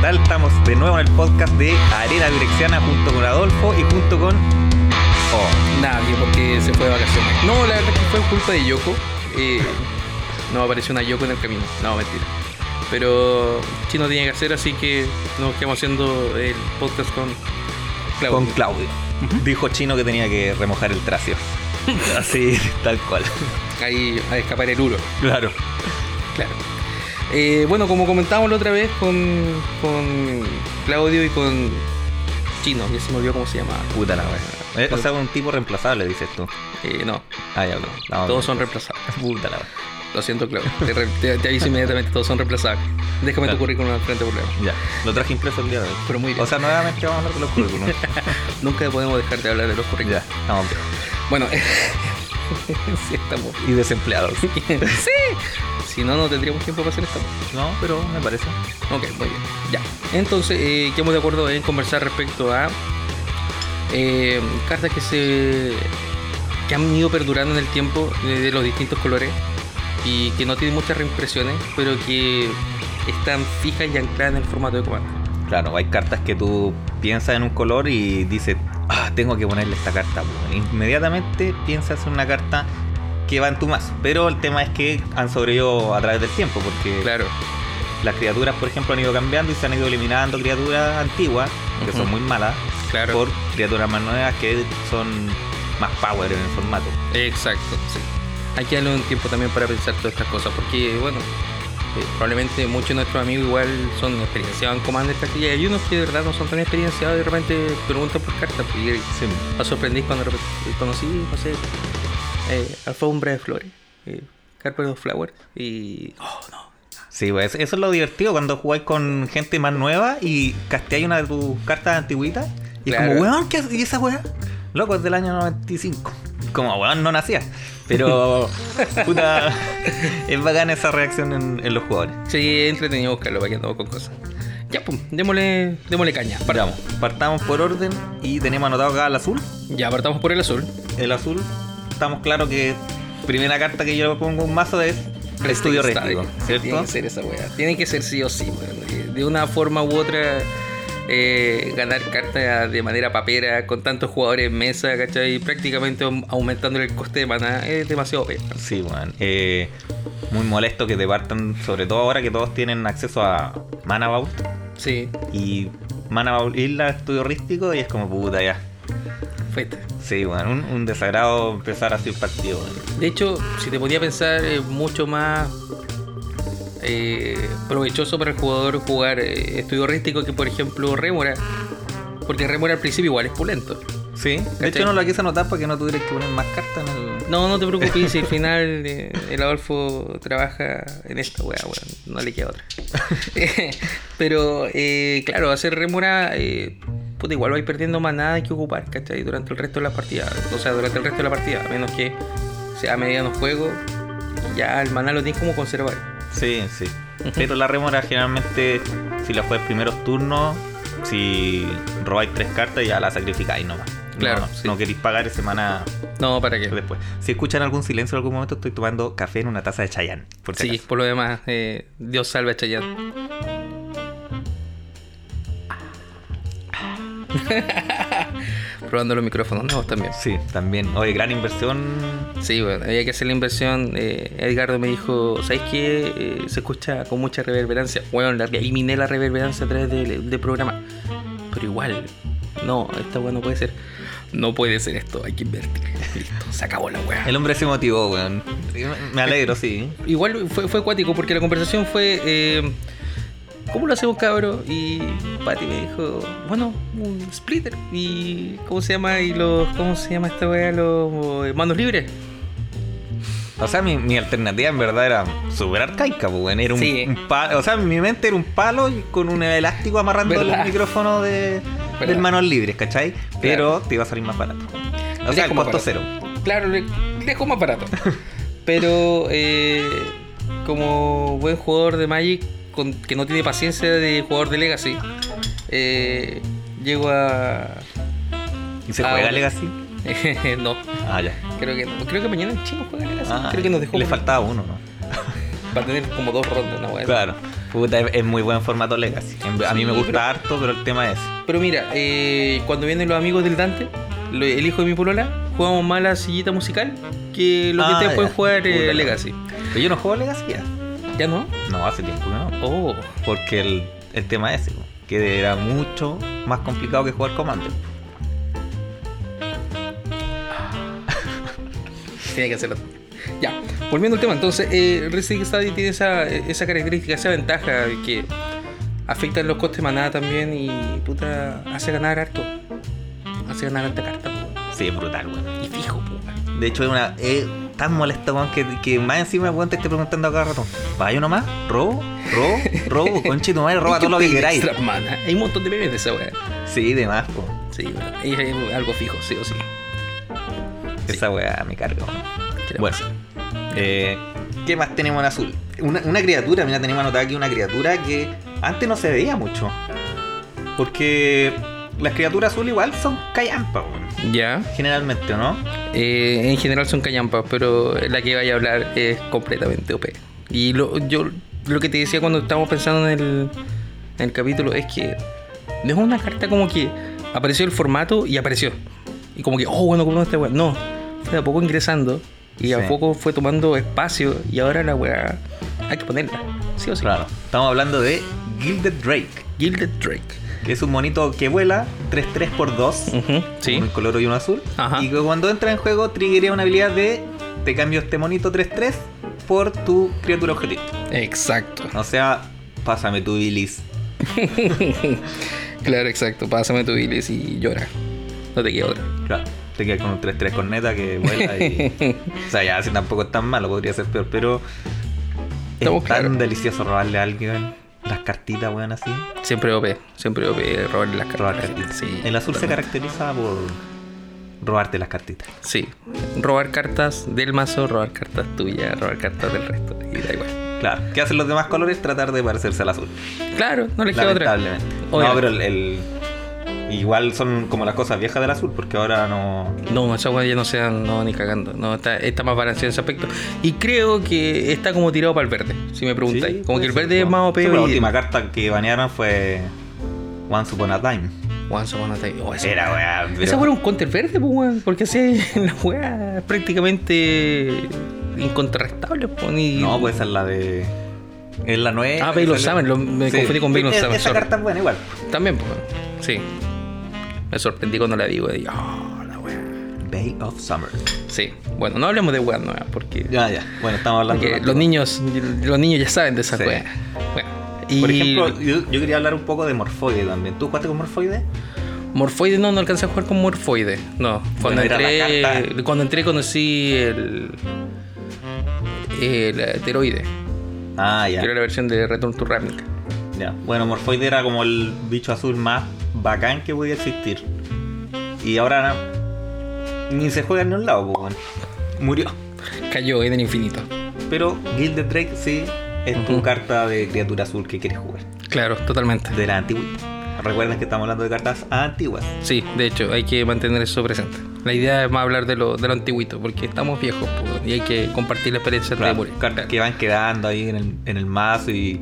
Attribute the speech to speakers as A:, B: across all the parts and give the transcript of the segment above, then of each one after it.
A: tal? Estamos de nuevo en el podcast de Arena Virexiana junto con Adolfo y junto con. Oh,
B: Nadie, porque se fue de vacaciones. No, la verdad es que fue culpa de Yoko. Eh, no apareció una Yoko en el camino. No, mentira. Pero Chino tenía que hacer, así que nos quedamos haciendo el podcast con Claudio.
A: con Claudio. Dijo Chino que tenía que remojar el tracio. Así, tal cual.
B: Ahí a escapar el uro.
A: Claro.
B: Claro. Eh, bueno, como comentábamos la otra vez con, con Claudio y con Chino, ya se me olvidó cómo se llama.
A: Puta la wea. Eh, o sea, un tipo reemplazable, dices tú.
B: Eh, no,
A: Ah, ya, no. no,
B: todos son reemplazables.
A: Puta la wea.
B: Lo siento, Claudio. Te, re- te- te aviso inmediatamente, todos son reemplazables. Déjame
A: Claro.
B: tu currículum al frente, por favor.
A: Ya, lo traje impreso el día de hoy.
B: Pero muy bien.
A: O sea, nuevamente vamos a hablar de los currículums.
B: Nunca podemos dejar de hablar de los
A: ya,
B: currículos.
A: estamos bien.
B: Bueno, sí, estamos.
A: Y desempleados.
B: sí. Si no, no tendríamos tiempo para hacer esta.
A: No, pero me parece.
B: Ok, muy bien. Ya. Entonces, eh, quedamos de acuerdo en conversar respecto a eh, cartas que se que han ido perdurando en el tiempo eh, de, los distintos colores y que no tienen muchas reimpresiones, pero que están fijas y ancladas en el formato de comando.
A: Claro, hay cartas que tú piensas en un color y dices, ah, tengo que ponerle esta carta. weón". Inmediatamente piensas en una carta que va en tu mazo. Pero el tema es que han sobrevivido a través del tiempo, porque
B: Claro.
A: las criaturas, por ejemplo, han ido cambiando y se han ido eliminando criaturas antiguas, que
B: Ujú.
A: son muy malas,
B: Claro.
A: por criaturas más nuevas que son más power en el formato.
B: Exacto, sí. Hay que darle un tiempo también para pensar todas estas cosas, porque, bueno, eh, probablemente muchos de nuestros amigos igual son experienciados en Commander Tactics, y hay unos que de verdad no son tan experienciados y de repente preguntan por cartas, pues, y
A: Sí.
B: los sorprendís cuando de repente conocí, no sé, eh, alfombra de flores, eh, carpet of flowers, y... Oh, no.
A: Sí, pues eso es lo divertido cuando jugáis con gente más nueva y casteáis una de tus cartas antiguitas. Y es
B: Claro.
A: como, weón, ¿qué hace- ¿y esa weá? Loco, es del año 95. Como, weón, no nacía. Pero, puta, es bacana esa reacción en, en los jugadores.
B: Sí, es entretenido buscarlo para que andamos con cosas. Ya, pum, démosle, démosle caña.
A: Partamos. Partamos por orden y tenemos anotado acá el azul.
B: Ya, partamos por el azul.
A: El azul, estamos claros que primera carta que yo le pongo a un mazo es Estudio
B: Está
A: Rítmico,
B: bien. Tiene
A: ¿cierto?
B: que ser esa weá. Tiene que ser sí o sí, weón. Eh, De una forma u otra, eh, ganar cartas de manera papera con tantos jugadores en mesa, ¿cachai? Y prácticamente aumentando el coste de maná es demasiado OP.
A: Sí, weón. Eh, muy molesto que te partan, sobre todo ahora que todos tienen acceso a Mana Vault.
B: Sí,
A: Y Mana Vault Isla, estudio rístico, y es como puta ya.
B: fuiste.
A: Sí, weón. Un, un desagrado empezar así un partido, weón.
B: De hecho, si te ponía a pensar, es mucho más eh, provechoso para el jugador jugar eh, estudio rístico que, por ejemplo, Rémora. Porque Rémora al principio igual es pulento.
A: Sí, de
B: ¿Cachai?
A: hecho no la quise anotar porque no tuvieras que poner más cartas en el.
B: No, no te preocupes, si al final eh, el Adolfo trabaja en esta weá, weón, no le queda otra. Pero, eh, claro, hacer rémora, eh, puta, igual vais perdiendo más nada que ocupar, ¿cachai? Durante el resto de la partida, o sea, durante el resto de la partida, a menos que sea a mediano juego, ya el maná lo tienes como conservar.
A: Sí, sí. Pero la remora generalmente, si la juegas primeros turnos, si robáis tres cartas, ya la sacrificáis nomás.
B: Claro,
A: No, no,
B: sí.
A: no queréis pagar ese maná
B: No, ¿para qué?
A: después. Si escuchan algún silencio en algún momento, estoy tomando café en una taza de Chayán. Por si
B: Sí,
A: acaso.
B: por lo demás, eh, Dios salve a Chayanne. Probando los micrófonos nuevos también.
A: Sí, también. Oye, gran inversión.
B: Sí, bueno, había que hacer la inversión. Eh, Edgardo me dijo, ¿sabes qué? Eh, se escucha con mucha reverberancia. Bueno, la, eliminé la reverberancia a través del del programa. Pero igual, no, esta weá no puede ser. No puede ser esto, hay que invertir. Listo, se acabó la weá.
A: El hombre se motivó, weón. Me alegro, sí.
B: Igual fue, fue acuático porque la conversación fue, eh, ¿cómo lo hacemos, cabro? Y Pati me dijo, bueno, un splitter. ¿Y cómo se llama? ¿Y los, cómo se llama esta weá? Los eh, manos libres.
A: O sea, mi, mi alternativa en verdad era súper arcaica, pues, weón. Era un,
B: Sí.
A: un palo. O sea, mi mente era un palo y con un elástico amarrando
B: ¿Verdad?
A: el micrófono de,
B: ¿Verdad?
A: del manos libres, ¿cachai? Pero te iba a salir más barato. O sea, el
B: como
A: costo
B: barato.
A: cero.
B: Claro, le, dejo más barato. Pero eh, como buen jugador de Magic, con- que no tiene paciencia de jugador de Legacy, eh, llego a...
A: ¿Y se
B: Ah,
A: juega
B: bueno.
A: Legacy?
B: no,
A: Ah, ya.
B: creo que no. Creo que mañana el chino juega Legacy.
A: Ah,
B: creo que nos dejó...
A: Le
B: por-
A: faltaba uno, ¿no?
B: va a tener como dos rondas, una weá.
A: Claro. Puta, es es muy buen formato Legacy. En- A mí
B: Sí,
A: me gusta
B: pero-
A: harto, pero el tema es.
B: Pero mira, eh, cuando vienen los amigos del Dante, lo- el hijo de mi polola, jugamos más la sillita musical que lo que
A: Ah,
B: ustedes
A: ya.
B: pueden jugar eh,
A: Puta la-
B: Legacy.
A: Pero yo no juego Legacy ya.
B: ¿Ya no?
A: No, hace tiempo que no.
B: Oh,
A: Porque el, el tema es ese, po, que era mucho más complicado que jugar Commander.
B: tenía que hacerlo. Ya, volviendo al tema, entonces, eh, Resident Study tiene esa, esa característica, esa ventaja que afecta en los costes de manada también y puta, hace ganar harto. Hace ganar harta carta, po.
A: Sí, es brutal, weón.
B: Y fijo, po.
A: De hecho, es una. Es tan molesta, weón, que, que más encima, weón, te esté preguntando a cada rato. ¿Vaya uno más? ¿Robo? ¿Robo? ¿Robo? Conche tu madre, roba todo lo que queráis.
B: Extra mana. Hay un montón de memes de esa weá.
A: Sí, de más, po.
B: Sí, bueno, es es algo fijo, sí o sí.
A: Esa weá me carga, weón.
B: ¿Qué le
A: Bueno,
B: pasa?
A: eh, ¿qué más tenemos en azul? Una, una criatura, mira, tenemos anotada aquí una criatura que antes no se veía mucho. Porque las criaturas azul igual son callampa, weón.
B: Ya.
A: Generalmente, ¿o ¿no?
B: Eh, en general son callampas, pero la que vaya a hablar es completamente OP. Y lo, yo lo que te decía cuando estábamos pensando en el, en el capítulo es que no es una carta como que apareció el formato y apareció. Y como que, oh, bueno, ocupamos esta weá. No, fue de a poco ingresando y de
A: Sí.
B: a poco fue tomando espacio y ahora la weá hay que ponerla. Sí o sí.
A: Claro. Estamos hablando de Gilded Drake,
B: Gilded Drake.
A: que es un monito que vuela 3-3 por 2
B: Ujú, sí.
A: un color y uno azul.
B: Ajá.
A: Y que cuando entra en juego, triggería una habilidad de te cambio este monito 3-3 por tu criatura objetivo.
B: Exacto.
A: O sea, pásame tu bilis.
B: Claro, exacto. Pásame tu bilis y llora. No te queda otra.
A: Claro, te quedas con un 3-3 corneta que vuela y... o sea, ya si tampoco es tan malo, podría ser peor, pero... Es
B: Estamos
A: tan
B: claros.
A: delicioso robarle a alguien las cartitas, weón, así.
B: Siempre OP, siempre OP robar las cartas.
A: Robar
B: a la gente,
A: cartitas.
B: Sí,
A: El azul se
B: totalmente.
A: caracteriza por robarte las cartitas.
B: Sí, robar cartas del mazo, robar cartas tuyas, robar cartas del resto. Y da igual.
A: Claro, ¿qué hacen los demás colores? Tratar de parecerse al azul.
B: Claro, no les queda otra.
A: Lamentablemente. No,
B: Obviamente.
A: pero el, el- Igual son como las cosas viejas del azul, porque ahora no...
B: No, esas weas ya no se dan, no, ni cagando. No, está, está más balanceado en ese aspecto. Y creo que está como tirado para el verde, si me preguntáis.
A: Sí,
B: como
A: puede
B: que el
A: ser,
B: verde es
A: weón.
B: más OP.
A: Sí, pero La
B: hoy día.
A: última carta que banearon fue... Once Upon a Time.
B: Once upon a time. Oh, esa
A: Era, weón.
B: Esa
A: pero-
B: fue un counter verde, pues, weón, porque así la weá prácticamente incontrastable, pues, ni-
A: No, pues esa es la de. Es la nueve.
B: Ah, Veil of
A: Esa-
B: Summer, lo- me confundí con Veil of
A: Es-
B: Summer,
A: Esa
B: sorry.
A: carta es buena igual.
B: También, pues, sí. Me sorprendí cuando la digo. Y, ah, la weá.
A: Bay of Summer.
B: Sí, bueno, no hablemos de weá nueva, porque,
A: Ya, ya. Bueno, estamos hablando
B: porque
A: de
B: los niños los niños ya saben de esa
A: Sí.
B: weá. Bueno, y
A: Por ejemplo, yo, yo quería hablar un poco de Morfoide también. ¿Tú jugaste con Morfoide?
B: Morfoide no, no alcancé a jugar con Morfoide. No, cuando,
A: Bueno, era la
B: entré,
A: carta.
B: cuando entré conocí el, el Teroide,
A: Ah, ya.
B: que era la versión de Return to Ravnica.
A: ya. Bueno, Morfoide era como el bicho azul más bacán que podía existir. Y ahora no- ni se juega en un lado, pues bueno. Murió.
B: Cayó en el infinito.
A: Pero Gilded Drake sí es tu
B: Ujú.
A: carta de criatura azul que quieres jugar.
B: Claro, totalmente.
A: De la antigüita. Recuerden que estamos hablando de cartas antiguas.
B: Sí, de hecho, hay que mantener eso presente. La idea es más hablar de lo, de lo antiguito, porque estamos viejos po, y hay que compartir la experiencia de
A: Claro,
B: morir.
A: cartas que van quedando ahí en el, en el mazo y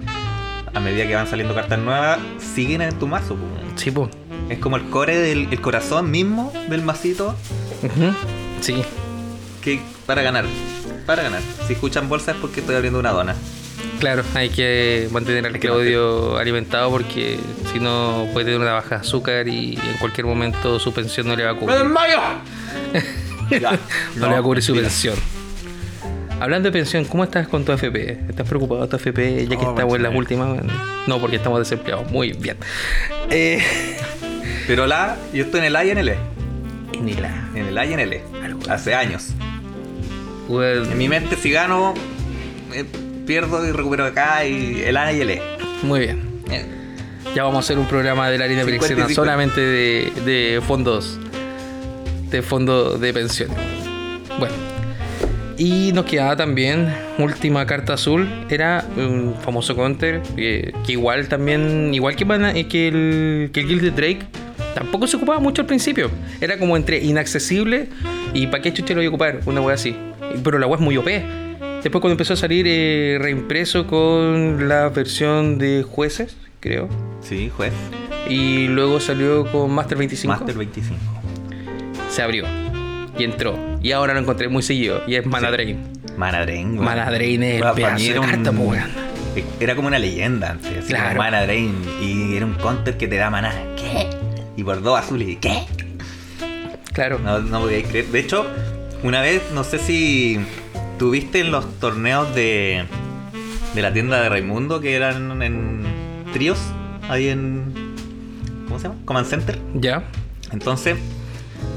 A: a medida que van saliendo cartas nuevas, siguen en tu mazo. po.
B: Sí, po.
A: Es como el core del el corazón mismo del macito
B: Ujú. Sí,
A: que para ganar. Para ganar. Si escuchan bolsas es porque estoy abriendo una dona.
B: claro, hay que mantener al
A: Hay que
B: Claudio alimentado porque si no puede tener una baja de azúcar y en cualquier momento su pensión no le va a cubrir.
A: mayo!
B: No, le va a cubrir su pensión. Hablando de pensión, ¿cómo estás con tu AFP? ¿Estás preocupado de tu AFP ya que
A: Oh,
B: estamos en las
A: manchale.
B: últimas? No, porque estamos desempleados. Muy bien. Eh,
A: Pero la, yo estoy en el A y en el E.
B: ni la-
A: En el A y en el E.
B: Algo.
A: Hace años.
B: Bueno,
A: En mi mente si gano, eh, pierdo y recupero acá y el A y el E.
B: Muy bien.
A: Eh,
B: Ya vamos a hacer un programa de la línea
A: 50 y
B: Pericena
A: 50.
B: solamente de, de fondos. De fondos de pensiones. Bueno. Y nos quedaba también última carta azul. Era un famoso counter. Que, que igual también. Igual que, Bana- eh, que el, que el Gilded Drake. Tampoco se ocupaba mucho al principio. Era como entre inaccesible y para qué chucha lo voy a ocupar. Una wea así. Pero la wea es muy OP. Después cuando empezó a salir eh, reimpreso con la versión de jueces, creo.
A: Sí, juez.
B: Y luego salió con Master 25.
A: Master 25.
B: Se abrió. Y entró. Y ahora lo encontré muy seguido. Y es Mana
A: Sí.
B: Drain.
A: Manadrain, weón.
B: Mana Drain es el
A: Bueno, para
B: pedazo
A: mí
B: de
A: era un-
B: carta, po, weón.
A: Era como una leyenda antes, así
B: Claro.
A: como Mana Drain. Y era un counter que te da maná. ¿Qué? Y por dos azules. ¿Qué?
B: Claro.
A: No, no podíais creer. De hecho, una vez, no sé si tuviste en los torneos de, de la tienda de Raimundo que eran en tríos, ahí en. ¿Cómo se llama? Command Center.
B: Ya.
A: Entonces,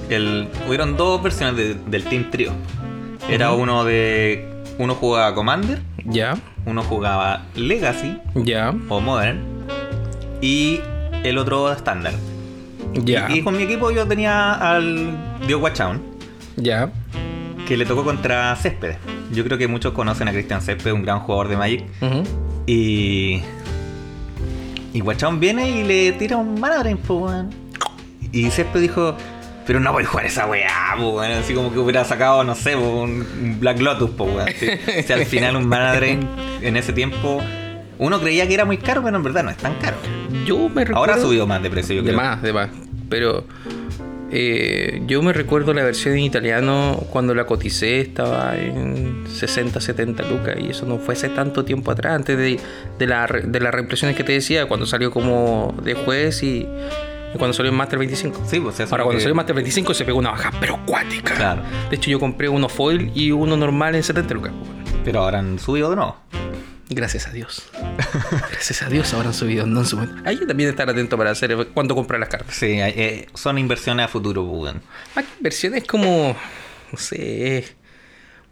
A: el, hubieron dos versiones de- del Team Trio. Era
B: Ujú.
A: uno de. Uno jugaba Commander,
B: Ya.
A: uno jugaba Legacy
B: Ya.
A: o Modern y el otro estándar.
B: Ya.
A: Y con mi equipo yo tenía al Dio Guachaun,
B: Ya.
A: que le tocó contra Céspedes. Yo creo que muchos conocen a Cristian Céspedes, un gran jugador de Magic.
B: Ujú.
A: Y. Y Guachón viene y le tira un mana drain, po, weón. Y Césped dijo. Pero no voy a jugar esa weá, po, weón. Así como que hubiera sacado, no sé, po, un un Black Lotus, po, weón. Si, si al final un mana drain en ese tiempo. Uno creía que era muy caro, pero en verdad no es tan caro.
B: Yo me recuerdo...
A: Ahora ha subido más de precio, yo
B: De
A: creo.
B: más, de más. Pero eh, yo me recuerdo la versión en italiano cuando la coticé estaba en 60, 70 lucas y eso no fue hace tanto tiempo atrás, antes de, de, la re- de las reimpresiones que te decía, cuando salió como de juez y, y cuando salió en Master 25.
A: Sí, pues eso.
B: Ahora cuando
A: que-
B: salió en Master 25 se pegó una baja pero cuática.
A: Claro.
B: De hecho yo compré uno foil y uno normal en 70 lucas. pues,
A: Pero ahora han subido de nuevo.
B: Gracias a Dios. Gracias a Dios ahora han subido, no en su momento. Hay que también estar atento para hacer cuando comprar las cartas.
A: Sí, eh, eh, son inversiones a futuro, po, weón.
B: Más que inversión es como, no sé, es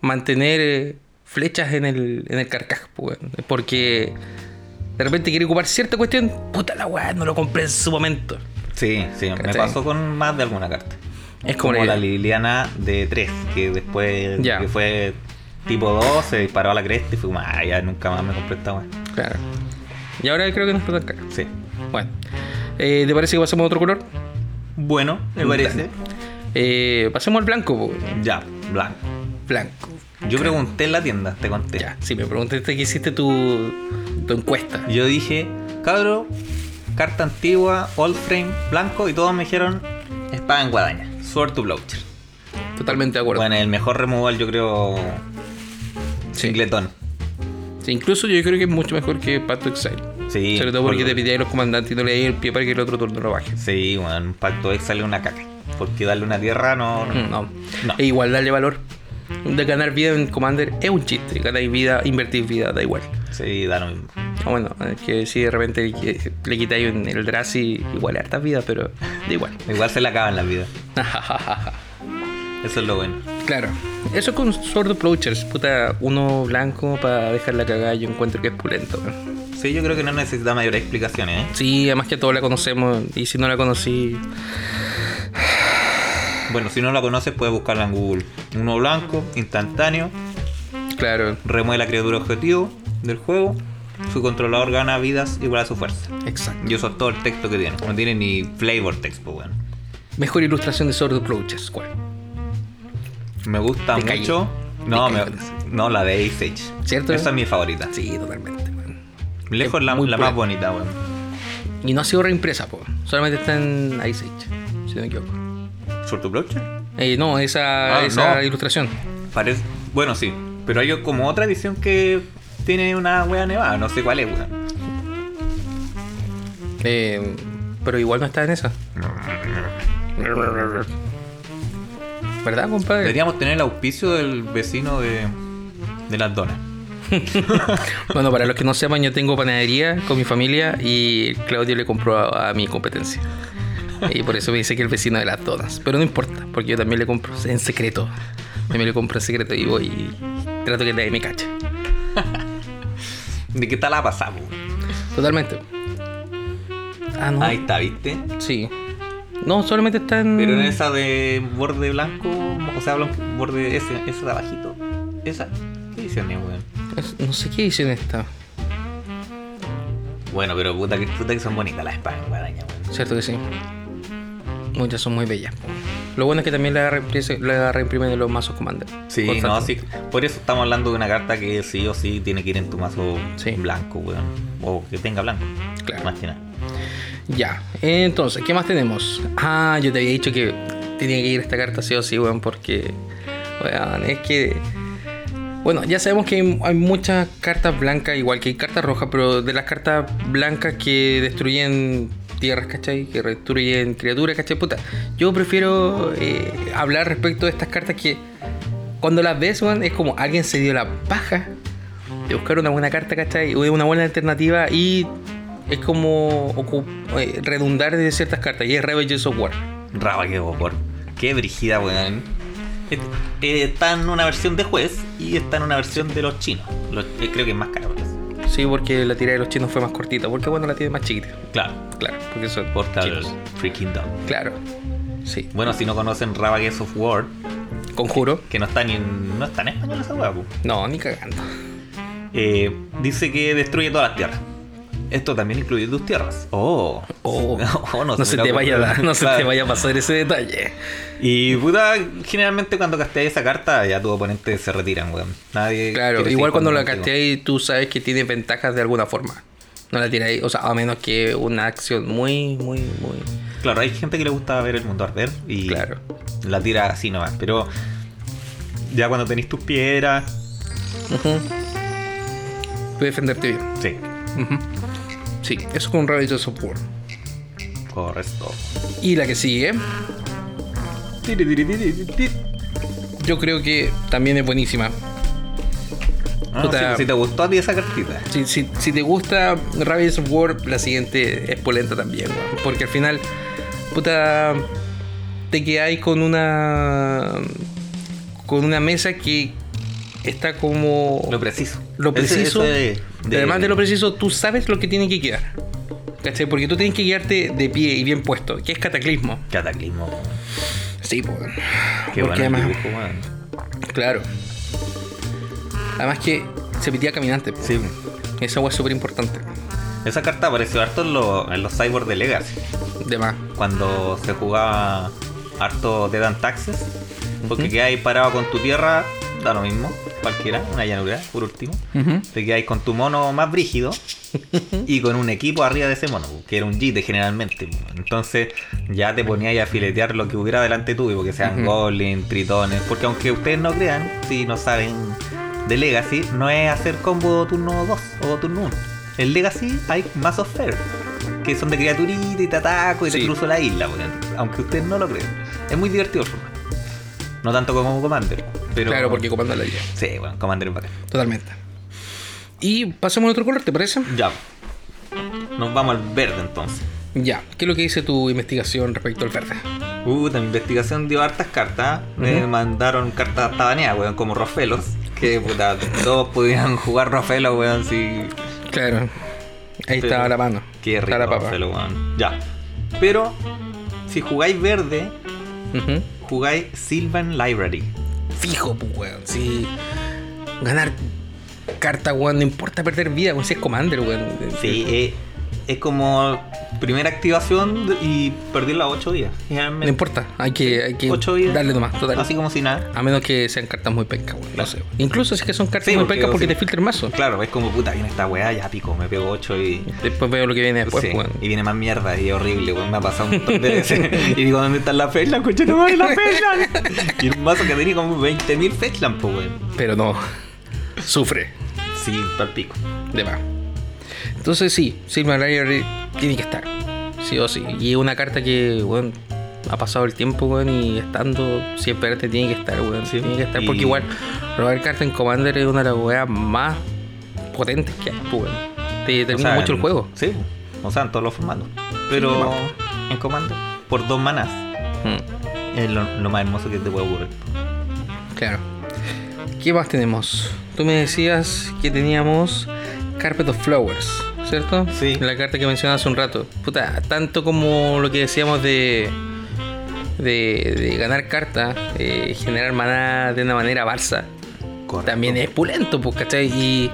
B: mantener eh, flechas en el, en el carcaj, pues, weón. porque de repente quiere ocupar cierta cuestión, puta la weá, no lo compré en su momento.
A: Sí, sí, me
B: ¿Cachai?
A: pasó con más de alguna carta.
B: Es como,
A: como
B: la
A: la
B: idea.
A: Liliana de 3, que después
B: Ya.
A: que fue tipo 2, se disparó a la cresta y fue como, ah, ya nunca más me compré esta weá.
B: Claro. Y ahora creo que no está tan caro.
A: Sí.
B: Bueno, eh, ¿te parece que pasemos a otro color?
A: Bueno, me parece.
B: Eh, pasemos al blanco, po, weón.
A: Ya, blanco.
B: Blanco.
A: Yo pregunté en la tienda, te conté.
B: Ya, si me preguntaste que hiciste tu, tu encuesta.
A: Yo dije, cabro, carta antigua, old frame, blanco, y todos me dijeron, espada en guadaña, sword to blowcher.
B: Totalmente de acuerdo.
A: Bueno, el mejor removal, yo creo,
B: Sí.
A: singletón.
B: Sí, incluso yo creo que es mucho mejor que Path to Exile.
A: Sí.
B: Sobre todo porque
A: por-
B: te pidáis los comandantes y no le dais el pie para que el otro turno lo baje.
A: Sí, bueno, un pacto ex sale una caca. Porque darle una tierra no. no-
B: No.
A: Mm. No.
B: E igual darle valor. De ganar vida en Commander es un chiste. Ganáis vida, invertís vida, da igual.
A: Sí, da lo mismo.
B: O bueno, es que si de repente que- le quitáis un- el Drazi, igual hartas vidas, pero da igual.
A: Igual se le acaban las vidas. Eso es lo bueno.
B: claro. Eso con Sword of Plowshares, puta, uno blanco para dejar la cagada, yo encuentro que es pulento. weón.
A: Sí, yo creo que no necesita mayor explicaciones, ¿eh?
B: Sí, además que todos la conocemos, y si no la conocí,
A: Bueno, si no la conoces, puedes buscarla en Google. Uno blanco, instantáneo,
B: claro,
A: remueve la criatura objetivo del juego. Su controlador gana vidas igual a su fuerza.
B: exacto.
A: Y eso es todo el texto que tiene. No tiene ni flavor text, pues bueno.
B: Mejor ilustración de Sword of Plowshares, ¿cuál?
A: Me gusta
B: Me caí.
A: mucho. No,
B: Me
A: me,
B: caí.
A: no, la de Ace Age.
B: ¿Cierto?
A: Esa es mi favorita.
B: Sí, totalmente. weón.
A: Lejos la,
B: Muy
A: la más
B: pura.
A: bonita, bueno.
B: Y no ha sido reimpresa, po. solamente está en Ice Age, si no me equivoco.
A: ¿Sur tu broche?
B: Eh, no, esa,
A: Ah,
B: esa
A: no.
B: ilustración.
A: Parece. Bueno, sí. Pero hay como otra edición que tiene una wea nevada. No sé cuál es, weón.
B: Eh, pero igual no está en esa. ¿Verdad, compadre?
A: Deberíamos tener el auspicio del vecino de, de las donas.
B: Bueno, para los que no sepan, yo tengo panadería con mi familia y Claudio le compró a, a mi competencia. Y por eso me dice que el vecino de las donas. Pero no importa, porque yo también le compro en secreto. También le compro en secreto y voy y trato que nadie me cache.
A: ¿De qué tal la pasamos?
B: Totalmente. Ah, no.
A: Ahí está, ¿viste?
B: Sí. No, solamente está en.
A: Pero en esa de borde blanco, o sea, blan- borde ese, esa de abajito. Esa. ¿Qué edición es, weón?
B: es- No sé qué edición está.
A: Bueno, pero puta que, puta que son bonitas las espadas, guadaña, weón.
B: Cierto que sí. Muchas son muy bellas. Lo bueno es que también la, reimprime- la reimprimen en los mazos Commander.
A: Sí,
B: Constante.
A: no, sí. Por eso estamos hablando de una carta que sí o sí tiene que ir en tu mazo
B: Sí.
A: blanco, weón. O que tenga blanco.
B: Claro.
A: Más que nada.
B: Ya, entonces, ¿qué más tenemos? Ah, yo te había dicho que tenía que ir esta carta sí o sí, weón, porque, weón, es que... Bueno, ya sabemos que hay, hay muchas cartas blancas, igual que hay cartas rojas, pero de las cartas blancas que destruyen tierras, ¿cachai? Que destruyen criaturas, ¿cachai? Puta, yo prefiero eh, hablar respecto de estas cartas que cuando las ves, weón, es como alguien se dio la paja de buscar una buena carta, ¿cachai? O de una buena alternativa y es como ocu- eh, redundar de ciertas cartas. Y es Ravages of War.
A: Raba que por. Qué brigida, weón. Eh, eh, está en una versión de juez y está en una versión de los chinos. Los- eh, creo que es más caro. parece.
B: Sí, porque la tirada de los chinos fue más cortita. Porque bueno, la tiene más chiquita.
A: Claro,
B: Claro, porque son
A: Portal
B: chinos.
A: Freaking Dog.
B: Claro. Sí.
A: Bueno, si no conocen Ravages of War,
B: Conjuro.
A: que no está ni en, no está en español esa weá, po.
B: No, ni cagando.
A: Eh, dice que destruye todas las tierras. Esto también incluye tus tierras. Oh.
B: Oh,
A: Oh,
B: no,
A: me
B: se
A: la
B: te vaya a
A: ocurrió.
B: dar, no se te
A: Claro.
B: vaya a pasar ese detalle.
A: Y puta, generalmente cuando casteáis esa carta, ya tu oponente se retiran, weón. Nadie.
B: Claro,
A: quiere seguir
B: igual cuando la
A: jugando contigo.
B: casteáis, tú sabes que tiene ventajas de alguna forma. No la tiráis, o sea, a menos que una acción muy, muy, muy.
A: Claro, hay gente que le gusta ver el mundo arder y
B: Claro.
A: la tira así nomás. Pero ya cuando tenéis tus piedras.
B: Ujú. Puedes defenderte bien.
A: Sí,
B: Ujú. Sí, eso con Ravages of War.
A: correcto.
B: Y la que sigue, yo creo que también es buenísima.
A: Ah,
B: Puta.
A: si, si te gustó a ti esa cartita.
B: Si, si- si te gusta Ravages of War, la siguiente es polenta también, weón. Porque al final, puta, te quedáis con una. con una mesa que está como.
A: Lo preciso.
B: lo
A: Ese-
B: preciso.
A: ese de-
B: Además de lo preciso, tú sabes lo que tiene que quedar. ¿Cachai? Porque tú tienes que quedarte de pie y bien puesto, que es cataclismo.
A: Cataclismo. weón.
B: Sí, pues. weón.
A: Qué
B: Porque
A: bueno. el
B: además-
A: dibujo, weón.
B: Claro. Además que se pitía caminante. po.
A: Sí.
B: Esa agua es súper importante.
A: Esa carta apareció harto en, los- en los cyborgs de Legacy.
B: De más.
A: cuando se jugaba harto de Dan Taxes, porque
B: Ujú.
A: quedáis parado con tu tierra, da lo mismo, cualquiera, una llanura, por último. Te quedáis con tu mono más brígido y con un equipo arriba de ese mono, pues, que era un jite generalmente. pues. Entonces ya te poníais a filetear lo que hubiera delante tuyo, porque sean
B: Ujú.
A: goblins, tritones, porque aunque ustedes no crean, si no saben de Legacy, no es hacer combo turno 2 o turno 1. En Legacy hay mazos fair, que son de criaturitas y te ataco y te
B: Sí.
A: cruzo la isla, porque aunque ustedes no lo crean. Es muy divertido el formato. No tanto como Commander, pero...
B: Claro, porque copando la idea.
A: Sí, bueno, Commander es bacán.
B: Totalmente. Y pasemos a otro color, ¿te parece?
A: Ya. Nos vamos al verde entonces.
B: Ya. ¿Qué es lo que dice tu investigación respecto al verde?
A: Puta, mi investigación dio hartas cartas. ¿eh? Me
B: Ujú.
A: mandaron cartas tabaneadas, weón, como Rofelos. Que puta, todos podían jugar Rofelos, weón, si.
B: Claro. Ahí
A: Pero-
B: está la mano.
A: Qué rico
B: Está la papa.
A: Rofelos, weón. Ya. Pero, si jugáis verde,
B: Ujú.
A: jugáis Sylvan Library.
B: Fijo, pues, weón. Si ganar carta, weón, no importa perder vida, weón. Si es Commander, weón.
A: Sí, eh, es como primera activación de- y perderla 8 días.
B: No
A: Generalmente.
B: importa. Hay que, hay que
A: Ocho días.
B: darle nomás. Total.
A: Así como si nada.
B: A menos que sean cartas muy pencas, weón. No
A: Claro.
B: sé. Incluso si es que son cartas
A: Sí,
B: muy
A: porque-
B: pencas porque
A: sí.
B: te filtra el mazo.
A: Claro, es como puta, viene esta weá, ya pico, me pego 8 y.
B: Después veo lo que viene después,
A: Sí,
B: weón.
A: Y viene más mierda y horrible, weón. Me ha pasado un montón de veces. y digo, ¿dónde están las Fetchland? Coche, no la Fetchland. y un mazo que tenía como 20.000 Fetchland, pues, weón.
B: Pero no. Sufre.
A: Sí, pal pico.
B: De más. Entonces sí, Silver Library tiene que estar. Sí o sí. Y es una carta que, weón, ha pasado el tiempo, weón, y estando siempre te tiene que estar, weón.
A: Sí,
B: Tiene que estar.
A: y-
B: Porque igual, robar carta en Commander es una de las weas más potentes que hay, pues, weón. Te termina
A: sea,
B: mucho el
A: en-
B: juego.
A: Sí, o sea, en todos los formatos. Pero en comando, por dos manas,
B: Mm,
A: es lo, lo más hermoso que te puede ocurrir.
B: claro. ¿Qué más tenemos? Tú me decías que teníamos Carpet of Flowers, ¿cierto?
A: Sí.
B: La carta que mencionabas hace un rato. Puta, tanto como lo que decíamos de. de, de ganar carta, eh, generar maná de una manera balsa.
A: Correcto.
B: También es pulento, pues, ¿cachai? Y.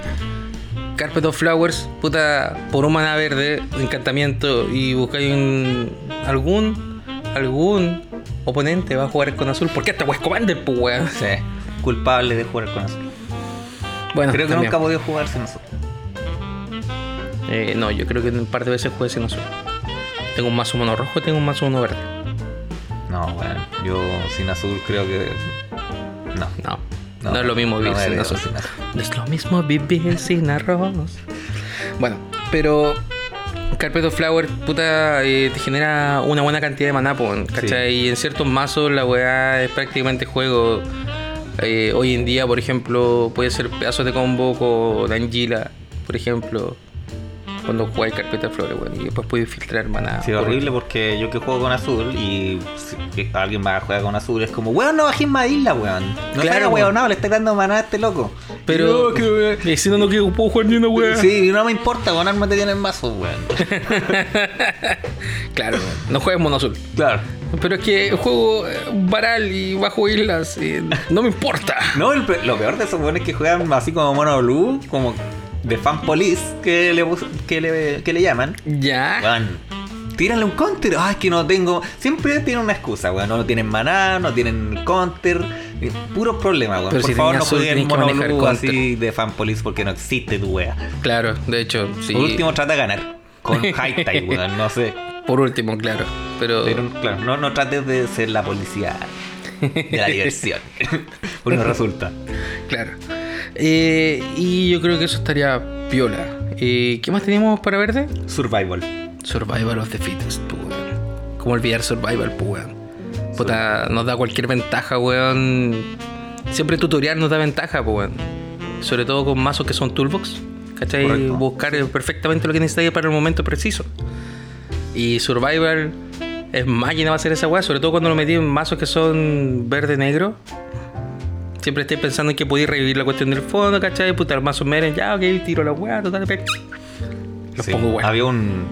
B: Carpet of Flowers, puta, por un maná verde, encantamiento, y buscáis un. algún. algún oponente va a jugar con azul. ¿Por qué esta wea es Commander, pues, weón?
A: Sí. Culpable de jugar con azul.
B: Bueno,
A: Creo que
B: también.
A: nunca ha podido jugarse en azul.
B: Eh, no, yo creo que un par de veces jugué sin azul. Tengo un mazo mono rojo y tengo un mazo mono verde.
A: No, bueno, yo sin azul creo que. No.
B: No, no,
A: No,
B: es lo mismo vivir
A: no me
B: sin
A: veo
B: arroz.
A: sin arroz.
B: No es lo mismo vivir sin arroz. Bueno, pero Carpet of Flower, puta, eh, te genera una buena cantidad de maná, po, ¿cachai? Y en ciertos mazos la weá es prácticamente juego. Eh, hoy en día, por ejemplo, puede ser pedazos de combo con Angela, por ejemplo. Cuando jugáis Carpeta of Flower, weón, y después puedes filtrar maná.
A: Sí,
B: por-
A: Ah, horrible porque yo que juego con azul y si que alguien va a jugar con azul es como, weón, no bajes más isla, weón. No
B: Claro,
A: claro,
B: weón.
A: weón, no, le estás dando maná a este loco. Y
B: Pero.
A: yo, que- eh,
B: Y si no, no quiero- puedo jugar ni una weá.
A: Sí, no me importa, con armas te tienen mazo, weón.
B: Claro, no juegues mono azul.
A: Claro.
B: Pero es que juego eh, Baral y bajo islas. eh, no me importa.
A: No, el pe- lo peor de esos weones que juegan así como mono blue, como de fan police, que le, pus- que le, que le llaman.
B: Ya.
A: Weón, tírale un counter. Ay, que no tengo. Siempre tienen una excusa, weón. No tienen maná, no tienen counter. eh, Puros problemas, weón.
B: Pero
A: Por
B: si
A: favor,
B: tenía
A: no
B: azul,
A: jueguen
B: tenés que manejar
A: monolú
B: counter.
A: así de fan police porque no existe tu wea.
B: Claro, de hecho, sí.
A: Por último, trata de ganar. Con high tide, weón. No sé.
B: Por último, claro. Pero,
A: Pero claro, no, no trates de ser la policía de la diversión. porque no resulta.
B: claro. Eh, y yo creo que eso estaría piola. Eh, ¿Qué más tenemos para verde?
A: Survival.
B: Survival of the fittest, pues, weón. ¿Cómo olvidar Survival, pues, weón? Puta, nos da cualquier ventaja, weón. Siempre tutorial nos da ventaja, pues, weón. Sobre todo con mazos que son toolbox. ¿Cachai?
A: Correcto.
B: Buscar eh, perfectamente lo que necesitáis para el momento preciso. Y Survival es máquina va a ser esa weá, sobre todo cuando lo metí en mazos que son verde-negro. Siempre estoy pensando en que podéis revivir la cuestión del fondo, ¿cachai? Puta, el mazo meren, ya, ok, tiro la weá, total, pe- Los
A: Sí,
B: pongo weón.
A: Había un.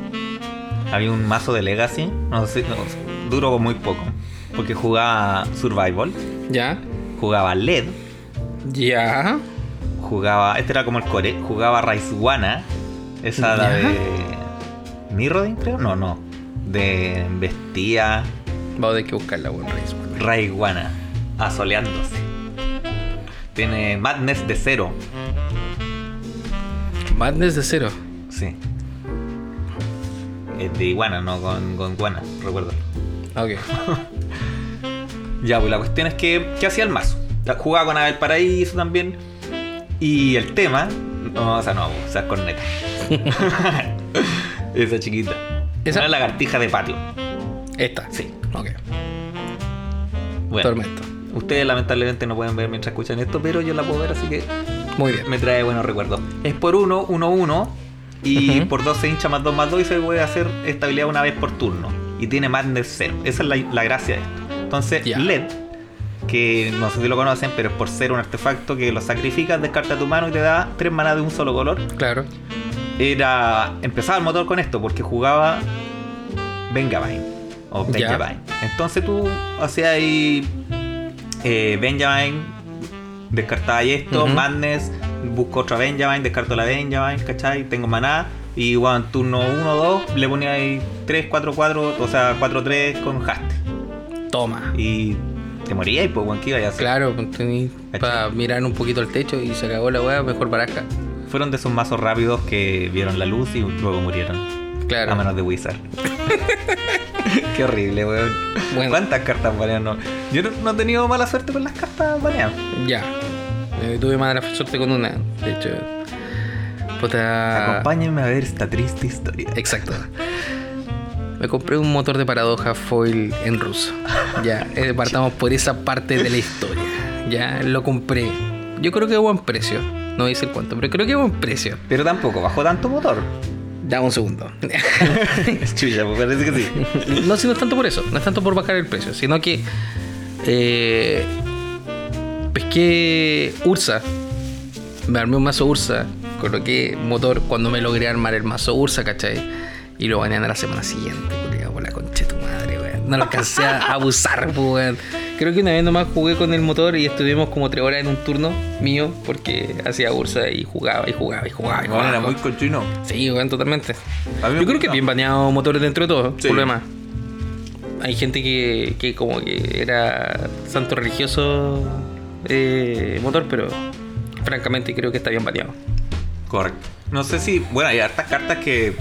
A: Había un mazo de Legacy. No sé. no, duró muy poco. Porque jugaba Survival.
B: Ya,
A: Jugaba LED.
B: ya.
A: Jugaba. Este era como el core. Jugaba Raizwana. Esa la
B: Ya.
A: de. Mirrodin, creo. No, no. De Vestía.
B: Vamos a tener que buscarla, weón, Reyes.
A: Raiguana. Asoleándose. Tiene Madness de cero.
B: Van desde cero.
A: Sí. Es de iguana, no con, con guana, recuerdo.
B: Ok.
A: Ya, pues la cuestión es que, ¿qué hacía el mazo? La- Jugaba con Abel Paraíso también. Y el tema. No, o sea, no, o sea, es corneta. Esa chiquita.
B: Esa-
A: Esa Una lagartija de patio.
B: Esta.
A: Sí.
B: Ok.
A: Bueno,
B: Tormento.
A: ustedes lamentablemente no pueden ver mientras escuchan esto, pero yo la puedo ver, así que
B: Muy bien.
A: me trae buenos recuerdos. Es por 1, 1, 1. Y
B: Ujú.
A: por 2 se hincha más 2 más 2 y se puede hacer estabilidad una vez por turno. Y tiene más de 0. Esa es la, la gracia de esto. Entonces,
B: Ya.
A: LED, que no sé si lo conocen, pero es por ser un artefacto que lo sacrificas, descarta tu mano y te da 3 manas de un solo color.
B: Claro.
A: Era. Empezaba el motor con esto porque jugaba Benjamin. O
B: Ya.
A: Benjamin. Entonces tú hacías ahí. eh, Benjamin. Descartaba esto,
B: Ujú.
A: Madness. Busco otra Benjamin, descarto la Benjamin, ¿cachai? Tengo maná. Y bueno, en turno 1 2 le ponía ahí 3, 4, 4, o sea, 4, 3 con haste.
B: Toma.
A: Y te morías y pues, bueno, ¿qué iba a hacer?
B: Claro, pues, tení para mirar un poquito el techo y se acabó la weá, mejor baraja.
A: Fueron de esos mazos rápidos que vieron la luz y luego murieron.
B: Claro.
A: A manos de Wizard. Qué horrible, weón.
B: Bueno.
A: ¿Cuántas cartas banean? No? Yo no, no he tenido mala suerte con las cartas baneadas.
B: Ya. Eh, tuve mala suerte con una. De hecho. Puta.
A: Acompáñenme a ver esta triste historia.
B: Exacto. Me compré un motor de paradoja foil en ruso. Ya, eh, partamos por esa parte de la historia. Ya, lo compré. Yo creo que a buen precio. No dice el cuánto, pero creo que a buen precio.
A: Pero tampoco bajó tanto motor.
B: Dame un segundo.
A: Chucha, pues parece que sí.
B: no, si no es tanto por eso, no es tanto por bajar el precio, sino que eh, pesqué Ursa, me armé un mazo Ursa, coloqué motor cuando me logré armar el mazo Ursa, ¿cachai? Y lo banean a la semana siguiente, culiao, por la concha de tu madre, weón. No lo alcancé a abusar, po, weón. Creo que una vez nomás jugué con el motor y estuvimos como tres horas en un turno mío porque hacía Ursa y jugaba y jugaba y jugaba. Y
A: Bueno,
B: jugaba.
A: era muy cochino.
B: Sí, weón, totalmente.
A: A mí me
B: Yo creo que
A: gusta.
B: bien baneado motores dentro de todo,
A: Sí.
B: por lo demás. hay gente que, que como que era santo religioso eh, motor, pero francamente creo que está bien bateado.
A: Correcto. No sé si. Bueno, hay hartas cartas que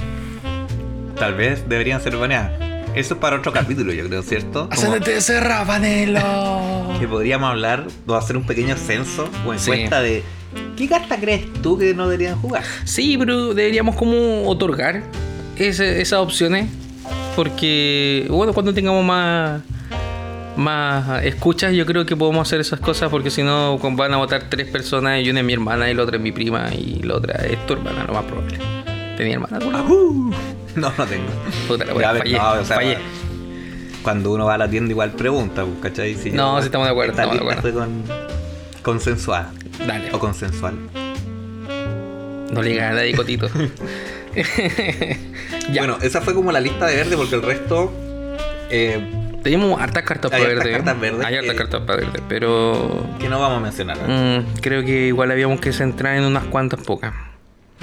A: tal vez deberían ser baneadas. Eso es para otro capítulo, yo creo, ¿cierto? Como
B: Ascendente de Serra, Vanelo.
A: que podríamos hablar o hacer un pequeño censo o
B: Sí.
A: encuesta de. ¿Qué carta crees tú que no deberían jugar?
B: Sí, pero deberíamos como otorgar ese- esas opciones. Porque, bueno, cuando tengamos más, más escuchas, yo creo que podemos hacer esas cosas. Porque si no, con- van a votar tres personas. Y una es mi hermana, y la otra es mi prima, y la otra es tu hermana, lo más probable. ¿Tenía hermana? alguna?
A: No, no tengo.
B: Puta la wea,
A: Ah, Ya, pero
B: fallé,
A: no, o sea,
B: fallé.
A: Cuando uno va a la tienda igual pregunta, pues, ¿cachai? Si
B: No, sí estamos de acuerdo,
A: esta
B: estamos de
A: lista fue con- consensuada
B: Dale.
A: o consensual.
B: No le gana a nadie, Cotito. ya.
A: Bueno, esa fue como la lista de verde porque el resto... eh,
B: tenemos hartas cartas
A: hay
B: para
A: hartas
B: verde. ¿eh?
A: cartas verdes
B: Hay hartas
A: que-
B: cartas para verde, pero.
A: que no vamos a mencionar. ¿no?
B: mm, creo que igual habíamos que centrar en unas cuantas pocas.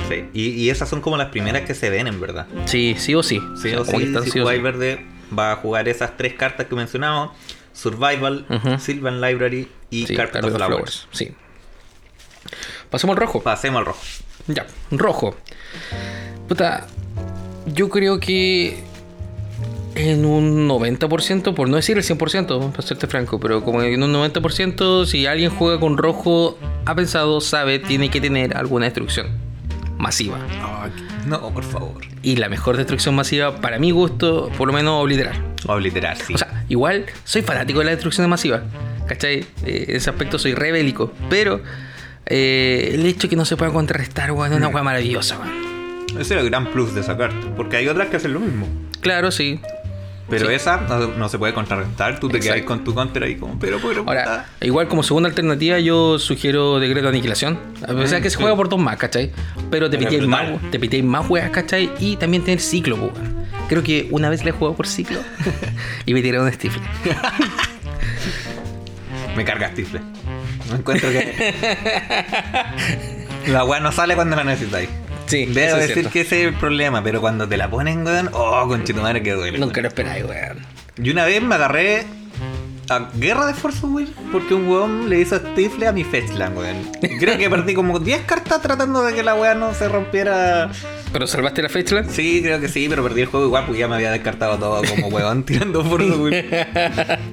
A: Sí, y, y esas son como las primeras que se ven, en verdad.
B: Sí, sí o sí.
A: Sí,
B: O sea,
A: o
B: como que
A: sí, pues
B: están
A: si
B: sí o
A: jugáis
B: sí.
A: verde va a jugar esas tres cartas que mencionamos. Survival,
B: Ujú.
A: Sylvan Library y
B: Sí,
A: Carpet,
B: Carpet
A: of
B: of
A: Flowers.
B: Flowers, Sí. Pasemos al rojo.
A: Pasemos al rojo.
B: Ya, rojo. Puta, yo creo que en un 90%, por no decir el 100%, para serte franco, pero como en un 90%, si alguien juega con rojo, ha pensado, sabe, tiene que tener alguna destrucción masiva.
A: no, por favor.
B: Y la mejor destrucción masiva, para mi gusto, por lo menos obliterar.
A: Obliterar, sí.
B: O sea, igual soy fanático de las destrucciones masivas. ¿Cachai? Eh, en ese aspecto soy re bélico. Pero eh, el hecho de que no se pueda contrarrestar, weón, es una weá maravillosa, weón.
A: Ese es el gran plus de esa carta. Porque hay otras que hacen lo mismo.
B: Claro, sí.
A: Pero
B: Sí.
A: esa no, no se puede contrarrestar. Tú te
B: Exacto.
A: quedas con tu counter ahí como, pero, pero,
B: Ahora,
A: puta.
B: igual como segunda alternativa, yo sugiero decreto de aniquilación. O sea que se
A: sí.
B: juega por dos más, ¿cachai? Pero te
A: Pero
B: pitéis
A: es
B: más,
A: brutal.
B: te pitéis más weas, ¿cachai? Y también tener ciclo, po, weón. Creo que una vez le he jugado por ciclo y me tiré un stifle.
A: me cargas tifle. No encuentro que. la weá no sale cuando la necesitáis.
B: Sí, eso
A: Debo
B: es
A: decir
B: cierto.
A: que ese es el problema, pero cuando te la ponen, weón, oh, conchetumare que duele.
B: Nunca lo esperáis, weón.
A: Y una vez me agarré a guerra de esfuerzo, güey, porque un weón le hizo stifle a mi Fetchland, weón. Y Creo que perdí como 10 cartas tratando de que la weá no se rompiera.
B: ¿Pero salvaste la fecha?
A: Sí, creo que sí, pero perdí el juego igual porque ya me había descartado todo como weón tirando esfuerzo, güey.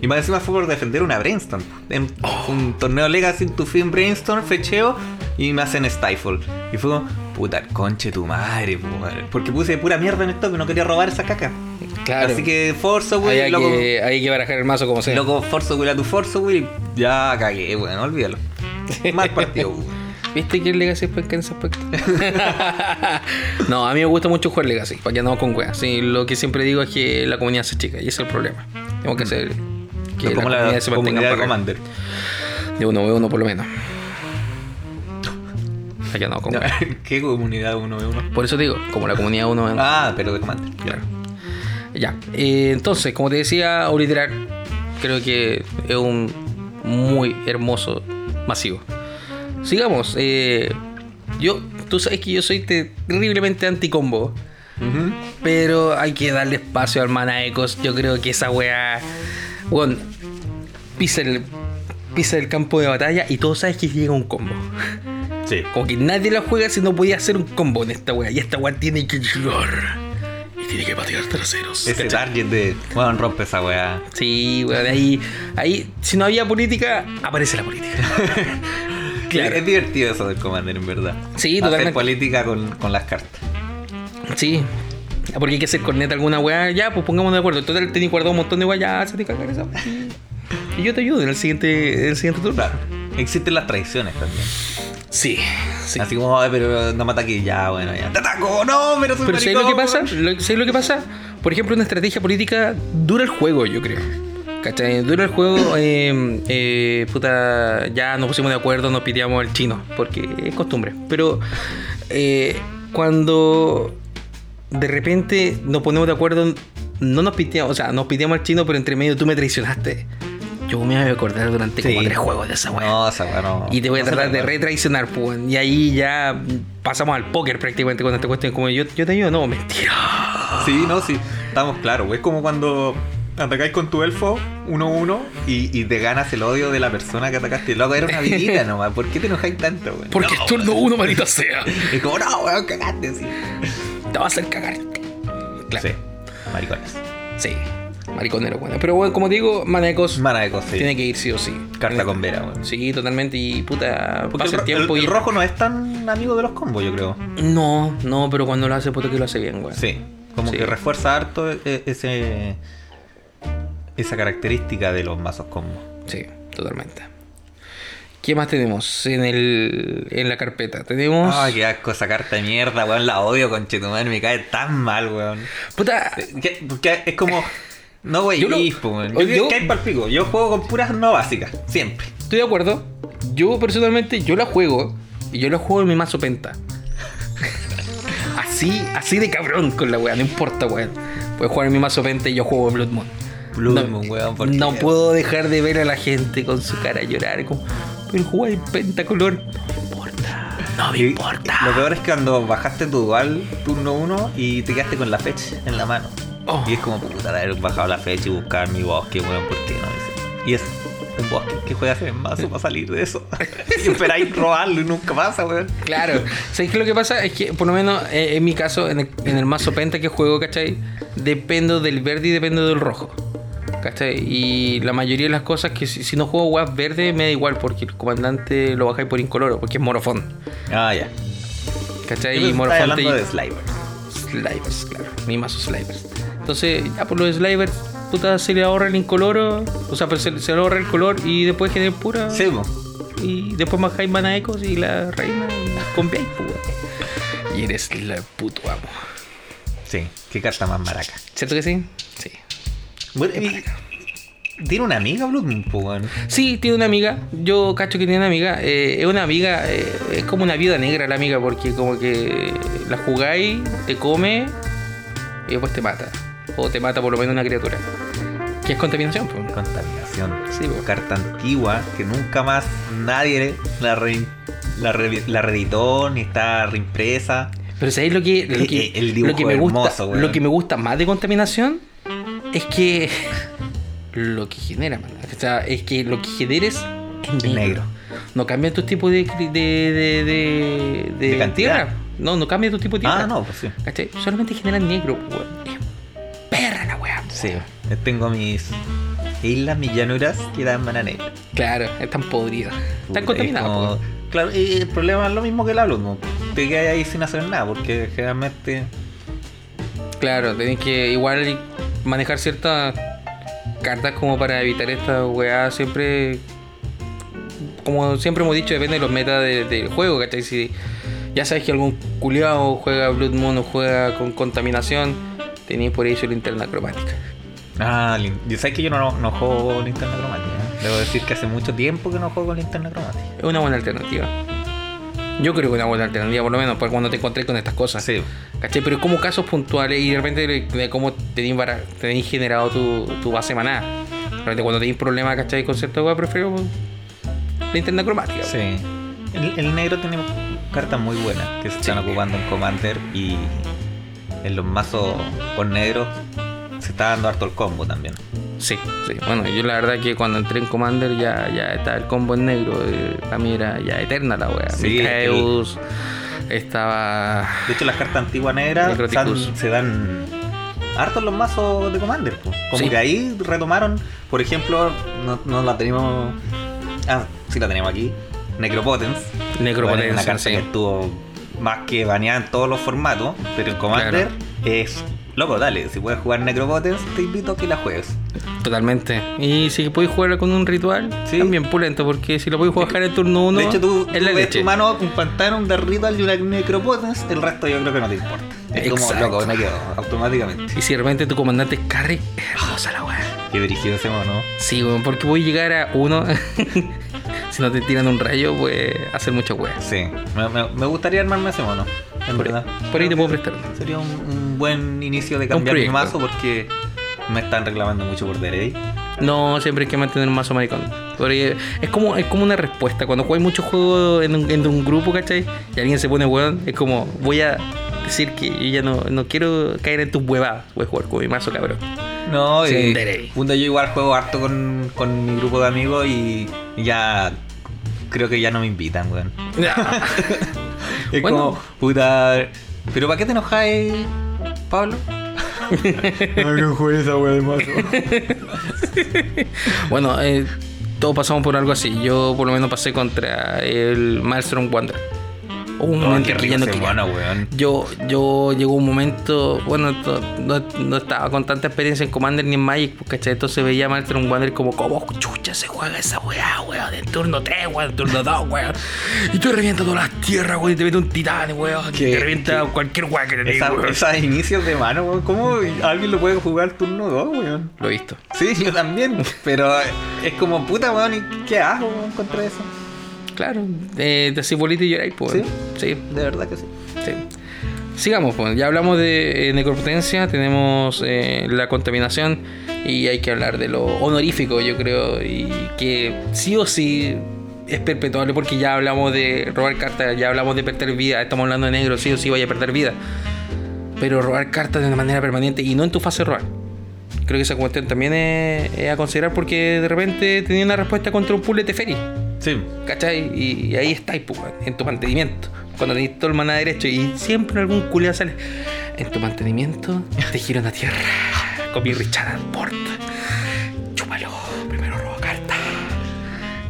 A: Y más encima fue por defender una Brainstorm. En un torneo Legacy, tu fin Brainstorm, fecheo y me hacen Stifle. Y fue como, puta, conche tu madre, po, madre. Porque puse pura mierda en esto que no quería robar esa caca.
B: Claro.
A: Así que Forza, güey,
B: hay,
A: loco.
B: que, hay que barajar el mazo como sea.
A: Loco, Forza Will a tu Forza Will. Ya cagué, weón, olvídalo. Mal partido, weón.
B: ¿Viste que el Legacy es penca en ese aspecto? no, a mí me gusta mucho jugar Legacy, para que andamos con weas. Sí, lo que siempre digo es que la comunidad se chica y ese es el problema. Tengo que hacer
A: Mm. No
B: que la
A: como la
B: comunidad
A: comunidad,
B: se mantenga
A: de
B: pareja.
A: Commander.
B: De uno v uno por lo menos. Para que andamos con weas.
A: ¿Qué comunidad uno ve uno?
B: Por eso digo, como la comunidad uno v uno.
A: Ah, pero de Commander.
B: Claro. Ya. eh, entonces, como te decía, obliterar creo que es un muy hermoso masivo. Sigamos. eh, yo, tú sabes que yo soy terriblemente anticombo.
A: Ujú.
B: Pero hay que darle espacio al Mana Ecos. Yo creo que esa weá. Weón. Pisa el, pisa el campo de batalla y todos sabes que llega un combo.
A: Sí.
B: Como que nadie la juega si no podía hacer un combo en esta weá. Y esta weá tiene que llegar. Y tiene que patear traseros.
A: Ese target de. Bueno, rompe esa weá.
B: Sí, weón, ahí, ahí, si no había política, aparece la política. Claro.
A: Es divertido eso del Commander, en verdad.
B: Sí,
A: Hacer
B: totalmente.
A: política con, con las cartas.
B: Sí, Ah, porque hay que hacer corneta alguna weá, ya, pues pongámonos de acuerdo. Total, tenéis guardado un montón de weá, ya, se te cagar esa weá. Y yo te ayudo en el siguiente, en el siguiente turno.
A: Claro. Existen las traiciones también.
B: Sí, sí.
A: Así como, ay, pero no mata aquí, ya, bueno, ya. ¡Te ataco! ¡No! Pero soy
B: Pero ¿sabes lo
A: maricón!
B: que pasa? Lo- ¿Sabes lo que pasa? Por ejemplo, una estrategia política dura el juego, yo creo. ¿Cachai? Dura el juego, eh, eh, puta, ya nos pusimos de acuerdo, nos piteamos al chino, porque es costumbre. Pero eh, cuando de repente nos ponemos de acuerdo, no nos piteamos, o sea, nos piteamos al chino, pero entre medio tú me traicionaste. Yo me voy a acordar durante como
A: Sí.
B: tres juegos de esa weá.
A: No, esa weá no.
B: Y te voy a
A: No se
B: tratar de
A: puede.
B: retraicionar, pues. Y ahí ya pasamos al póker prácticamente con esta cuestión. Como yo, yo te ayudo, no, mentira.
A: Sí, no, sí, estamos claros, güey. Es como cuando atacáis con tu elfo 1-1 y, y te ganas el odio de la persona que atacaste. Loco, era una vidita nomás. ¿Por qué te enojáis tanto, weón?
B: Porque
A: No,
B: es turno uno, maldita sea.
A: weón. Es como, no, weón, cagaste, sí.
B: Te va a hacer cagarte. Claro.
A: Sí, maricones.
B: Sí. Mariconero, bueno. Pero bueno, como digo, manecos
A: Mana de cosas.
B: tiene que ir sí o sí.
A: Carta con vera, weón.
B: Sí, totalmente. Y puta,
A: Porque
B: pasa
A: el,
B: el
A: ro-
B: tiempo
A: el-
B: y. Mm.
A: el rojo no es tan amigo de los combos, yo creo.
B: No, no, pero cuando lo hace, puta que lo hace bien, güey.
A: Sí, como
B: Sí.
A: que refuerza harto e- ese esa característica de los mazos combos.
B: Sí, totalmente. ¿Qué más tenemos en, el, en la carpeta? Tenemos.
A: Ay, qué asco esa carta de mierda, weón. La odio, conchetumán. Me cae tan mal, weón. Eh,
B: Puta,
A: Que- Porque es como. No, güey,
B: Yo lo-
A: yo, weón.
B: oye,
A: yo,
B: yo-
A: cae pa'l pico. yo juego con puras no básicas, siempre.
B: estoy de acuerdo. Yo personalmente, yo la juego. Y yo la juego en mi mazo penta. así, así de cabrón con la weá, no importa, weón. Puedes jugar en mi mazo penta y yo juego en Blood Moon.
A: Blood
B: no,
A: Moon, weón, ¿por
B: No
A: qué?
B: puedo dejar de ver a la gente con su cara llorar. Como, pero jugar en pentacolor. No me importa. No me
A: Y
B: importa.
A: Lo peor es que cuando bajaste tu dual turno 1 y te quedaste con la fecha en la mano.
B: Oh.
A: Y es como puta de haber bajado la fecha y buscar mi bosque, weón, ¿por qué no? Dice. Y es un bosque que juegas en mazo para salir de eso. y esperáis robarlo y nunca pasa, weón.
B: Claro, ¿sabéis que lo que pasa? Es que, por lo menos eh, en mi caso, en el, en el mazo penta que juego, ¿cachai? Dependo del verde y dependo del rojo. ¿cachai? Y la mayoría de las cosas que si, si no juego guas verde me da igual, porque el comandante lo bajáis por incoloro, porque es morofón.
A: Ah, ya.
B: ¿cachai? Y
A: Estás
B: morofón
A: hablando
B: te.
A: de Sliver.
B: Slivers, claro, mi mazo Slivers. Entonces, ya por los Slivers, puta, se le ahorra el incoloro, o sea, pues, se, se le ahorra el color y después queda pura.
A: Sí, pues, po.
B: Y después bajáis mana ecos y la reina y confiáis, pues, weón. Y eres el puto amo.
A: sí, qué carta más maraca.
B: ¿Cierto que sí? Sí.
A: Bueno, y- tiene una amiga Blood Moon, po, weón.
B: Sí, tiene una amiga. Yo cacho que tiene una amiga. eh, es una amiga, eh, es como una viuda negra la amiga, porque como que la jugáis, te come y después te mata. O te mata por lo menos una criatura. Que es contaminación, pues.
A: Contaminación.
B: Sí, po.
A: Carta antigua que nunca más nadie la, re- la, re- la reeditó ni está reimpresa.
B: Pero ¿sabéis lo que, lo que,
A: Eh, eh, el dibujo
B: lo que me gusta?
A: hermoso, weón.
B: Lo que me gusta más de contaminación es que lo que genera, man. O sea, es que lo que generes es negro.
A: negro.
B: No cambian tus tipos de, cri- de, de, de, de
A: De cantidad.
B: tierra. No, no cambian tus tipos de tierra.
A: Ah, no, pues sí.
B: ¿Cachai? Solamente generan negro, weón. Es perra la weá.
A: Sí, yo Eh, tengo mis islas, mis llanuras que dan mana negra.
B: Claro, están podridas. Están
A: Es
B: contaminadas,
A: como-
B: po.
A: Claro, y el problema es lo mismo que el Blood Moon. Te quedas ahí sin hacer nada, porque generalmente.
B: Claro, tenés que igual manejar ciertas cartas como para evitar esta weá siempre. Como siempre hemos dicho, depende de los metas de- del juego, ¿cachai? Si ya sabes que algún culiao juega Blood Moon o juega con contaminación, tenéis por ahí su linterna cromática.
A: Ah, lin- yo sabes que yo no, no juego con linterna cromática. ¿eh? Debo decir que hace mucho tiempo que no juego con linterna cromática.
B: Es una buena alternativa. Yo creo que es una buena alternativa, por lo menos, para cuando te encontré con estas cosas.
A: Sí,
B: ¿Cachai? Pero es como casos puntuales y de repente de, de cómo tenéis vara- tenéis generado tu, tu base maná. De repente cuando tenéis problemas, ¿cachai? Con cierta weá, prefiero linterna cromática.
A: sí. El, el negro tiene cartas muy buenas que se están
B: Sí.
A: ocupando en Commander y en los mazos con negros se está dando harto el combo también.
B: Sí, sí. Bueno, yo la verdad que cuando entré en Commander ya, ya estaba el combo en negro. eh, Para mí era ya eterna la weá.
A: Sí,
B: Micaeus estaba.
A: De hecho, las cartas antiguas negras
B: Necroticus.
A: san- se dan hartos los mazos de Commander. po. Como
B: Sí.
A: que ahí retomaron, por ejemplo, no, no la tenemos. Ah, sí la tenemos aquí. Necropotence. Bueno, es
B: Necropotencia.
A: Una carta
B: sí.
A: que estuvo más que baneada en todos los formatos, pero en Commander es. Loco, dale, si puedes jugar Necropotence, te invito a que la juegues.
B: Totalmente. Y si podéis jugarla con un ritual,
A: Sí.
B: también pulento, porque si lo podéis jugar en turno 1,
A: de hecho, tú, tú
B: es la
A: ves
B: leche.
A: tu mano un pantano, un Darrital y una Necropotence, el resto yo creo que no te importa. Es como,
B: Exacto.
A: loco, me quedo automáticamente.
B: Y si realmente tu comandante es Carrie, es hermosa la weá.
A: Qué dirigido ese mono.
B: Sí, weón, porque voy a llegar a uno. si no te tiran un rayo, pues hacer mucha weá.
A: Sí, me, me- me gustaría armarme ese mono, en
B: Por,
A: verdad.
B: por ahí te puedo prestar.
A: Sería un, un buen inicio de cambiar mi
B: proyecto.
A: mazo porque me están reclamando mucho por Derey.
B: No, siempre hay que mantener un mazo maricón. Por ahí- es, como, es como una respuesta. Cuando juegas muchos juegos en un, en un grupo, ¿cachai? Y alguien se pone weón, es como, voy a decir que yo ya no, no quiero caer en tus huevadas. Voy a jugar con mi mazo, cabrón.
A: No,
B: Sí,
A: eh,
B: Terebi.
A: punto, yo igual juego harto con, con mi grupo de amigos y ya creo que ya no me invitan, weón. Es
B: Bueno.
A: como, puta. ¿Pero para qué te enojáis, Pablo? no juegues esa weón de mazo.
B: bueno, eh, todos pasamos por algo así. Yo por lo menos pasé contra el Maelstrom Wander. Hubo un momento
A: qué
B: que
A: rico
B: ya no
A: ese
B: quería.
A: mono, weón.
B: Yo, yo llegó un momento, bueno, to- no, no estaba con tanta experiencia en Commander ni en Magic, pues, ¿cachai? Entonces veía a Maelstrom Wander como, ¿cómo chucha se juega esa weá, weón? En turno 3, weón, en turno 2, weón. Y tú revientas todas las tierras, weón, y te mete un titán, weón.
A: Que-
B: y te revienta
A: que-
B: cualquier weá que te diga,
A: Esa-
B: weón.
A: Esos inicios de mano, weón. ¿Cómo alguien lo puede jugar turno 2, weón?
B: Lo he visto.
A: Sí, yo también. Pero es como, puta, weón, ¿y ¿qué hago, weón, contra eso?
B: Claro, eh, te hacís bolita y lloráis, pues.
A: ¿Sí?
B: sí,
A: De verdad que sí.
B: sí. Sigamos, pues. Ya hablamos de eh, necropotencia, tenemos eh, la contaminación y hay que hablar de lo honorífico, yo creo, y que sí o sí es perpetuable porque ya hablamos de robar cartas, ya hablamos de perder vida, estamos hablando de negro, sí o sí vaya a perder vida. Pero robar cartas de una manera permanente y no en tu fase de robar. Creo que esa cuestión también es, es a considerar porque de repente tenía una respuesta contra un puzzle de Teferi.
A: Sí.
B: ¿Cachai? Y, y ahí estáis, pues, weón, en tu mantenimiento. Cuando tenéis todo el maná derecho y siempre algún culiado sale. En tu mantenimiento te giro una tierra. Con mi Richard Port. Chúpalo. Primero robo carta.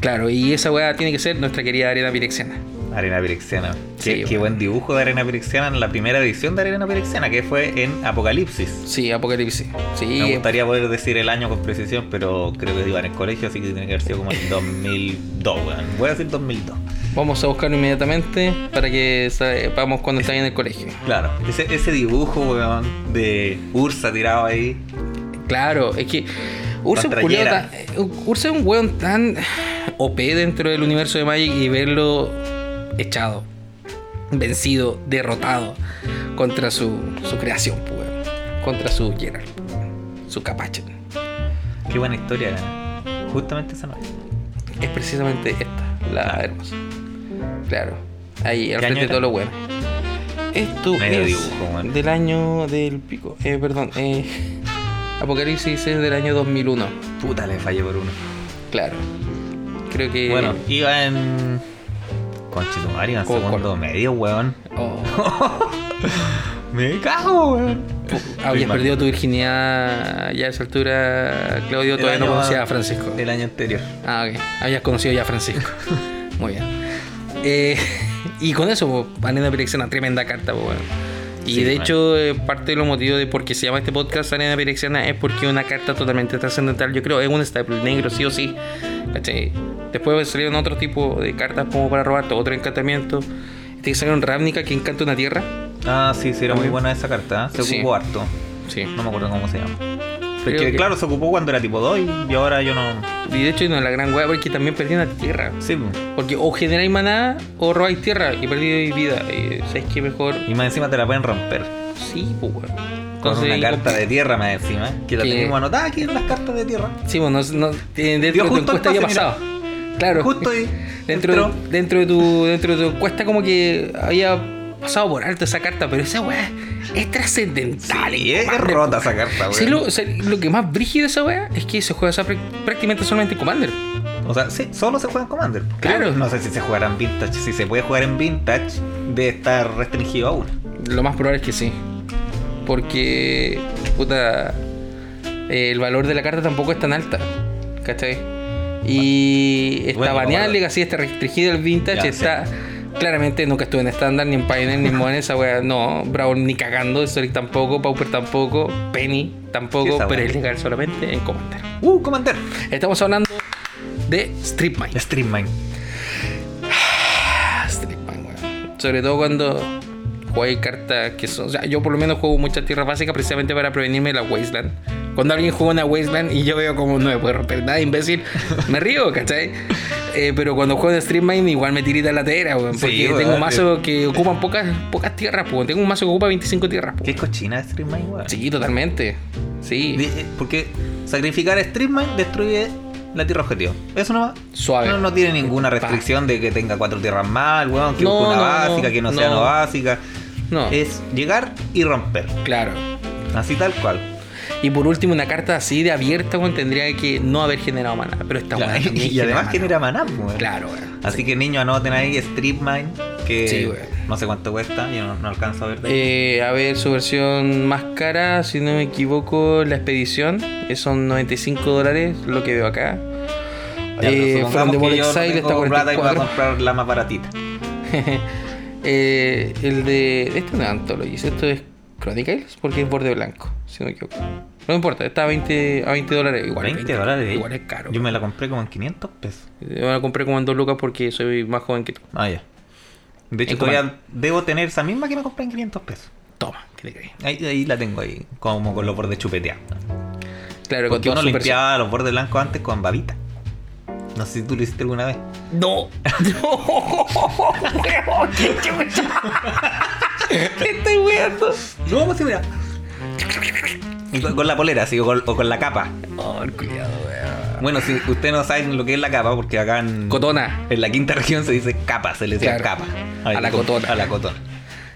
B: Claro, y esa weá tiene que ser nuestra querida arena pirexiana.
A: Arena Pirexiana. Qué,
B: Sí,
A: qué
B: bueno.
A: buen dibujo de Arena Pirexiana en la primera edición de Arena Pirexiana, que fue en Apocalipsis.
B: Sí, Apocalipsis.
A: Me
B: Sí, pues.
A: gustaría poder decir el año con precisión, pero creo que iba en el colegio, así que tiene que haber sido como el 2002, weón. Voy a decir 2002.
B: vamos a buscarlo inmediatamente para que sepamos cuando está en el colegio.
A: Claro. Ese, ese dibujo, weón, de Ursa tirado ahí.
B: Claro, es que Ursa es un culiao
A: Patrallera.
B: tan- Ursa es un weón tan OP dentro del universo de Magic y verlo echado, vencido, derrotado contra su, su creación, pues, weón. contra su Geralt, su capache.
A: Qué buena historia. Justamente esa noche.
B: Es precisamente esta, la hermosa. Claro, ahí al
A: ¿Qué año
B: frente de
A: era?
B: todos los weones. Esto
A: Medio
B: es
A: dibujo, weón.
B: del año del pico, eh, perdón, eh, Apocalipsis es del año 2001.
A: Puta, le fallé por uno.
B: Claro. Creo que.
A: Bueno, iba en. Conchetumare, iba en
B: ¿Cómo cuál?
A: segundo medio, weón.
B: Oh,
A: Me cago, weón.
B: habías
A: mal.
B: perdido tu virginidad ya a esa altura, Claudio.
A: El
B: Todavía no
A: año-
B: conocía a Francisco.
A: El año anterior.
B: Ah, ok. Habías conocido ya a Francisco. Muy bien. Eh, y con eso, pues, Arena Pirexiana, tremenda carta, pues, bueno. Y
A: Sí,
B: de
A: bueno.
B: hecho, eh, parte de los motivos de por qué se llama este podcast Arena Pirexiana es porque es una carta totalmente trascendental, yo creo, es un staple negro, sí o sí. ¿Cachai? Después pues, salieron otro tipo de cartas como para robar, otro encantamiento. Te salieron Ravnica que encanta una tierra.
A: Ah, sí, sí, era muy
B: También.
A: buena esa carta. ¿eh? Se
B: Sí.
A: ocupó harto.
B: Sí.
A: No me acuerdo cómo se llama.
B: Creo
A: Porque,
B: que-
A: claro, se ocupó cuando era tipo 2 y ahora yo no.
B: Y de hecho, no, la gran hueá porque también perdí una tierra.
A: Sí, po.
B: Porque o generáis maná o robáis tierra y perdí vida. Y, ¿Sabes qué mejor?
A: y más encima te la pueden romper.
B: Sí, pues, weón.
A: Con
B: Entonces,
A: una
B: y-
A: carta de tierra más encima, ¿eh? que la
B: Sí.
A: tenemos anotada aquí en las cartas de tierra.
B: Sí, bueno, no, eh, dentro
A: Dio
B: de tu
A: justo el
B: encuesta había
A: pase, mira.
B: pasado. Claro.
A: Justo ahí.
B: dentro,
A: entró.
B: dentro, de tu, dentro de tu encuesta como que había pasado por alto esa carta, pero esa weá es trascendental.
A: Sí, eh, es
B: Commander,
A: rota
B: po.
A: esa carta, weón.
B: pues. Sí, lo, o sea, lo que más brígido de esa weá es que se juega esa prá- prácticamente solamente en Commander.
A: O sea, sí, solo se juega en Commander. Creo-
B: Claro.
A: No sé si se jugará en Vintage. Si se puede jugar en Vintage, debe estar restringido aún.
B: Lo más probable es que sí. Porque, puta, eh, el valor de la carta tampoco es tan alta. ¿Cachai? Y está
A: Bueno, bueno.
B: baneada en Legacy, está restringida el Vintage,
A: Ya,
B: está... Claramente nunca estuve en estándar, ni en Pioneer, ni en Modern, esa wea, no. Brown ni cagando, Sonic tampoco, Pauper tampoco, Penny
A: Sí,
B: tampoco,
A: esa
B: pero
A: wea.
B: es legal solamente en Commander.
A: Uh, Commander.
B: Estamos hablando de Strip Mine.
A: Streammine.
B: Ah, Strip Mine, weón. Sobre todo cuando jugáis cartas que son. O sea, yo por lo menos juego muchas tierras básicas precisamente para prevenirme de la Wasteland. Cuando alguien juega una Wasteland y yo veo como no me puede romper nada, imbécil, me río, ¿cachai? Eh, pero cuando juego de Street Mine igual me tirita la tera, weón.
A: Sí,
B: Porque
A: weón.
B: tengo mazos que ocupan pocas, pocas tierras, weón. Tengo un mazo que ocupa 25 tierras,
A: Qué
B: weón.
A: cochina Streammine, weón.
B: Sí, totalmente. Sí,
A: Di- eh, Porque sacrificar a Streammine destruye la tierra objetivo. Eso nomás.
B: suave.
A: No, no tiene ninguna restricción de que tenga cuatro tierras más, weón, que
B: No,
A: busque una
B: no,
A: básica,
B: no,
A: que no,
B: no.
A: sea no básica.
B: No,
A: eh. Es llegar y romper.
B: claro.
A: Así tal cual.
B: Y por último, una carta así de abierta, weón, tendría que no haber generado maná. Pero esta
A: Claro,
B: weá
A: y,
B: también
A: y además
B: maná.
A: genera maná, pues, weón.
B: Claro, weón.
A: Así que niños, anoten ahí Street Mine, que
B: Sí, weón.
A: no sé cuánto cuesta, yo no, no alcanzo a ver.
B: Eh, a ver, su versión más cara, si no me equivoco, la expedición. eh, son 95 dólares, lo que veo acá.
A: Ya, pero
B: Eh,
A: supongamos
B: From the
A: que
B: Ball
A: yo no
B: Exile
A: tengo
B: está
A: plata y voy a
B: 44.
A: comprar la más baratita.
B: Eh, el de. Este no es Anthologies, esto es Chronicles, porque es borde blanco, si no me equivoco. No importa, está a 20, a 20 dólares. Igual, es
A: 20 dólares. ¿eh?
B: Igual es caro.
A: Yo me la compré como en 500 pesos.
B: Yo me la compré como en 2 lucas porque soy más joven que tú.
A: Ah, ya. De hecho,
B: En
A: todavía debo tener esa misma que me compré en 500 pesos.
B: Toma, ¿qué te crees?
A: Ahí, ahí la tengo ahí, como con los bordes chupeteados.
B: Claro,
A: Porque
B: con
A: uno
B: todo super-
A: limpiaba los bordes blancos antes con babita. No sé si tú lo hiciste alguna vez.
B: No, no, weón, qué chucha. Te estoy weando.
A: No, pues sí, mira. Y con, con la polera, así, o con, o con la capa.
B: Oh, el culiado, weón.
A: Bueno, si ustedes no saben lo que es la capa, porque acá en,
B: Cotona.
A: en la quinta región se dice capa, se le decía
B: Claro.
A: capa.
B: A la
A: con-
B: cotona.
A: A la cotona.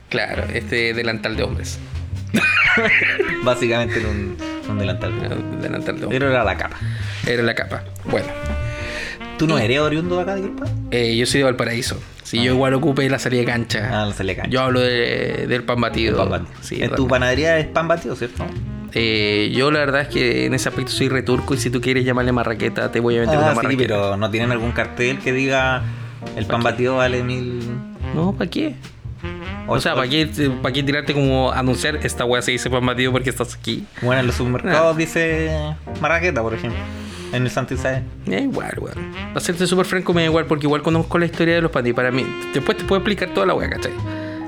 B: Claro, este delantal de hombres.
A: Básicamente era un, un delantal.
B: Delantal de hombres.
A: Pero era la capa.
B: Era la capa. Bueno,
A: ¿Tú no eres oriundo de acá de Quilpá?
B: eh, yo soy de Valparaíso. Si yo igual ocupe la salida de cancha.
A: Ah, no se le cae.
B: Yo hablo de- del pan batido.
A: Pan batido.
B: Sí, Ah,
A: en
B: pan
A: tu panadería es pan batido, ¿cierto?
B: Eh, yo la verdad es que en ese aspecto soy returco y si tú quieres llamarle marraqueta, te voy a vender una
A: Ah, sí,
B: marraqueta.
A: pero no tienen algún cartel que diga el pan batido vale mil.
B: No, ¿para qué? O
A: ocho-
B: sea, ¿para qué, pa' qué tirarte como a anunciar esta weá se dice pan batido porque estás aquí?
A: Bueno, en los
B: Ah.
A: supermercados dice marraqueta, por ejemplo. En el Santa Isabel.
B: Me da igual, weón. Para serte súper franco, me da igual porque igual conozco la historia de los pan y para mí. Después te puedo explicar toda la weá, ¿cachai?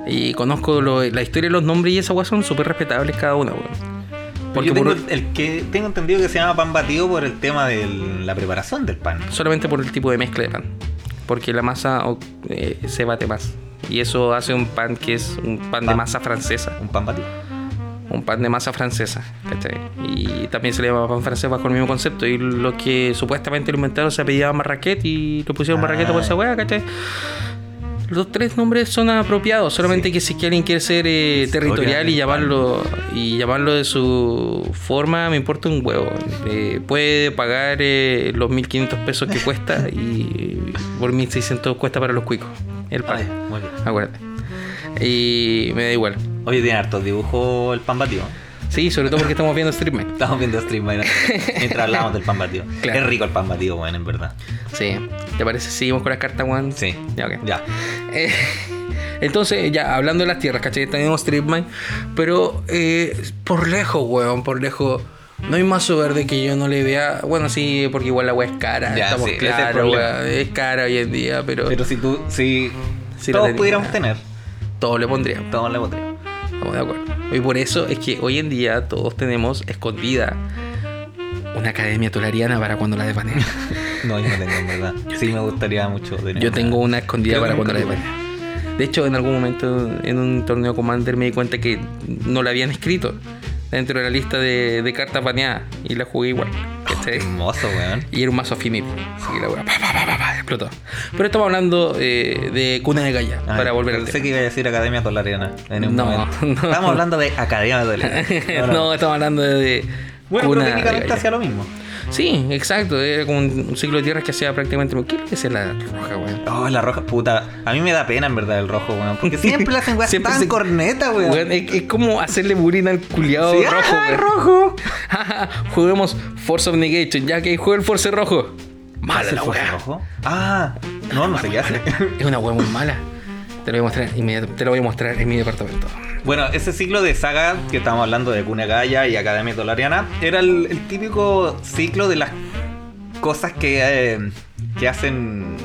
B: Y conozco lo- la historia de los nombres y esa weá son súper respetables cada una, weón. Porque
A: Yo tengo,
B: por-
A: el que, tengo entendido que se llama pan batido por el tema de la preparación del pan.
B: solamente por el tipo de mezcla de pan. Porque la masa o- eh, se bate más. Y eso hace un pan que es un pan de
A: Pan.
B: masa francesa.
A: Un pan batido.
B: Un pan de masa francesa. ¿cachai? Y también se le llama pan francés bajo el mismo concepto. Y lo que supuestamente lo inventaron se apellidaba marraquet y le pusieron marraqueta por esa
A: Ah.
B: weá, ¿cachai? Los tres nombres son apropiados, solamente que si es que alguien quiere ser eh, territorial
A: del
B: y
A: pan.
B: llamarlo y llamarlo de su forma, me importa un huevo. Eh, puede pagar eh, los 1500 pesos que cuesta y por 1600 cuesta para los cuicos. El
A: Ay,
B: pan,
A: muy bien.
B: acuérdate. Y me da igual.
A: Oye, tiene hartos dibujos el pan batido.
B: Sí, sobre todo porque estamos viendo streaming.
A: Estamos viendo stream ¿no? mientras hablamos del pan batido.
B: Claro.
A: Es rico el pan batido, bueno, en verdad.
B: Sí, ¿te parece? si Seguimos con las cartas, Juan.
A: Sí.
B: Ya, ok.
A: Ya.
B: Eh, entonces, ya, hablando de las tierras, ¿cachai? Tenemos Stripmine, pero eh, por lejos, weón, por lejos. No hay mazo verde que yo no le vea. Bueno, sí, porque igual la weá es cara.
A: Ya,
B: estamos
A: sí, ese es el
B: claros,
A: problema.
B: weón, Es cara hoy en día, pero,
A: Pero si tú, si
B: Si lo
A: todos
B: tenía.
A: pudiéramos tener,
B: todo le pondría.
A: todos le votaríamos.
B: Estamos de acuerdo. Y por eso es que hoy en día todos tenemos escondida una academia tolariana para cuando la desvaneen.
A: No, yo no tengo, en verdad. Sí me gustaría mucho tener.
B: Yo tengo una escondida
A: Creo
B: para
A: que
B: cuando la
A: nunca
B: desvaneen. De hecho, en algún momento en un torneo Commander me di cuenta que no la habían escrito dentro de la lista de, de cartas baneadas y la jugué igual. ¿cachai?
A: Hermoso, weón.
B: Y era un mazo Affinity. Así que la wea, pa, pa, pa, pa, pa, explotó. Pero estamos hablando eh, de Cuna de Galla,
A: Ay,
B: para volver al
A: Pensé
B: tema.
A: que iba a decir Academia Tolariana en un
B: No,
A: momento.
B: no.
A: Estamos hablando de Academia Tolariana.
B: no, estamos hablando de. de
A: Bueno, pero
B: Cuna de
A: técnicamente
B: Galla.
A: hacía lo mismo.
B: Sí, exacto. Era como un, un ciclo de tierras que hacía prácticamente. ¿Qué es lo que es la roja, weón?
A: Oh, la roja, puta. A mí me da pena en verdad el rojo, weón. Porque siempre le hacen weas
B: Siempre
A: tan
B: se-
A: corneta, weón.
B: Weón, es, es como hacerle bullying al culiado
A: Sí,
B: rojo,
A: ah,
B: weón.
A: rojo.
B: Jaja, Juguemos Force of Negation, ya que juega el Force rojo. Mala
A: ¿Hace el
B: la
A: force
B: weá.
A: rojo? Ah, no, no sé qué hace.
B: Es una weá muy mala. Te lo voy a mostrar inmediato- te lo voy a mostrar en mi departamento.
A: Bueno, ese ciclo de saga que estábamos hablando de Cuna Gaya y Academia Tolariana era el, el típico ciclo de las cosas que, eh, que hacen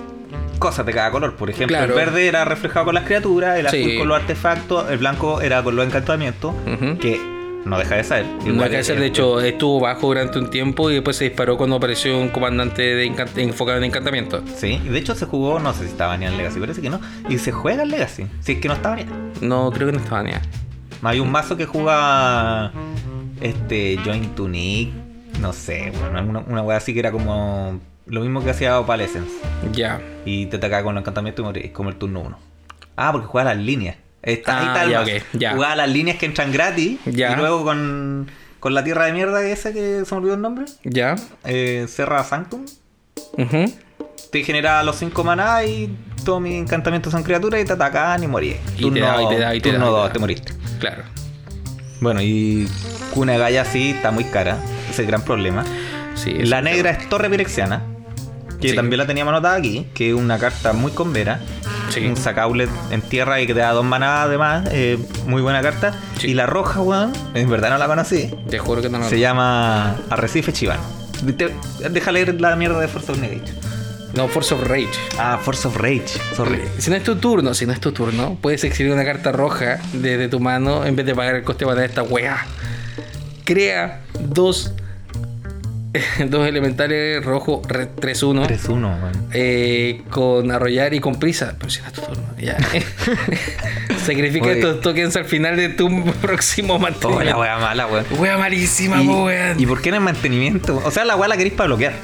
A: cosas de cada color. Por ejemplo,
B: Claro.
A: el verde era reflejado con las criaturas, el azul
B: Sí.
A: con los artefactos, el blanco era con los encantamientos,
B: Ujú.
A: que no deja de ser.
B: No hay
A: Igual
B: que
A: es-
B: hacer, de hecho, estuvo bajo durante un tiempo y después se disparó cuando apareció un comandante de encan- enfocado en encantamiento.
A: Sí, y de hecho se jugó, no sé si estaba ni en Legacy, parece que no. Y se juega en Legacy, si es que no estaba ni.
B: No, creo que no estaba ni
A: Hay un mazo que juega este Joint Tunic, no sé, bueno, una, una wea así que era como lo mismo que hacía Opalescence.
B: Ya.
A: Y te atacaba con el encantamiento y morís como el turno 1. Ah, porque juega las líneas. Está, ahí
B: Ah,
A: está el
B: ya,
A: mazo.
B: ok, ya.
A: Jugaba las líneas que entran gratis
B: Ya.
A: y luego con Con la tierra de mierda esa que se me olvidó el nombre.
B: Ya.
A: Eh, Serra Sanctum.
B: Ujú.
A: Te genera los 5 maná y todos mis encantamientos son criaturas y te atacan y morís.
B: Y te da, y te da, y te
A: turno
B: da, y te
A: dos,
B: da.
A: te moriste.
B: Claro.
A: Bueno, y Cuna Gaya sí está muy cara. Ese es el gran problema.
B: Sí,
A: La
B: eso-
A: negra es Torre Pirexiana, que
B: Sí.
A: también la teníamos anotada aquí, que es una carta muy convera.
B: Sí.
A: Un sacaulet en tierra y que te da dos manadas además. eh, muy buena carta.
B: Sí.
A: Y la roja, weón, en verdad no la conocí.
B: Te juro que no lo
A: Se llama Arrecife Chivano. Te- deja leer la mierda de Force of Negation.
B: No, Force of Rage.
A: Ah, Force of Rage. Sorry.
B: Si no es tu turno, si no es tu turno, puedes exhibir una carta roja desde tu mano en vez de pagar el coste para esta weá. Crea dos, dos elementales rojo re- 3-1
A: 3-1, weón.
B: eh, con arrollar y con prisa. Pero si no es tu turno, ya. Sacrifica
A: Oye.
B: estos tokens al final de tu próximo
A: Oh, la
B: mantenimiento.
A: wea mala, weón.
B: Wea malísima,
A: ¿Y-
B: po, weón.
A: ¿Y por qué no es mantenimiento? O sea, la weá la queréis para bloquear.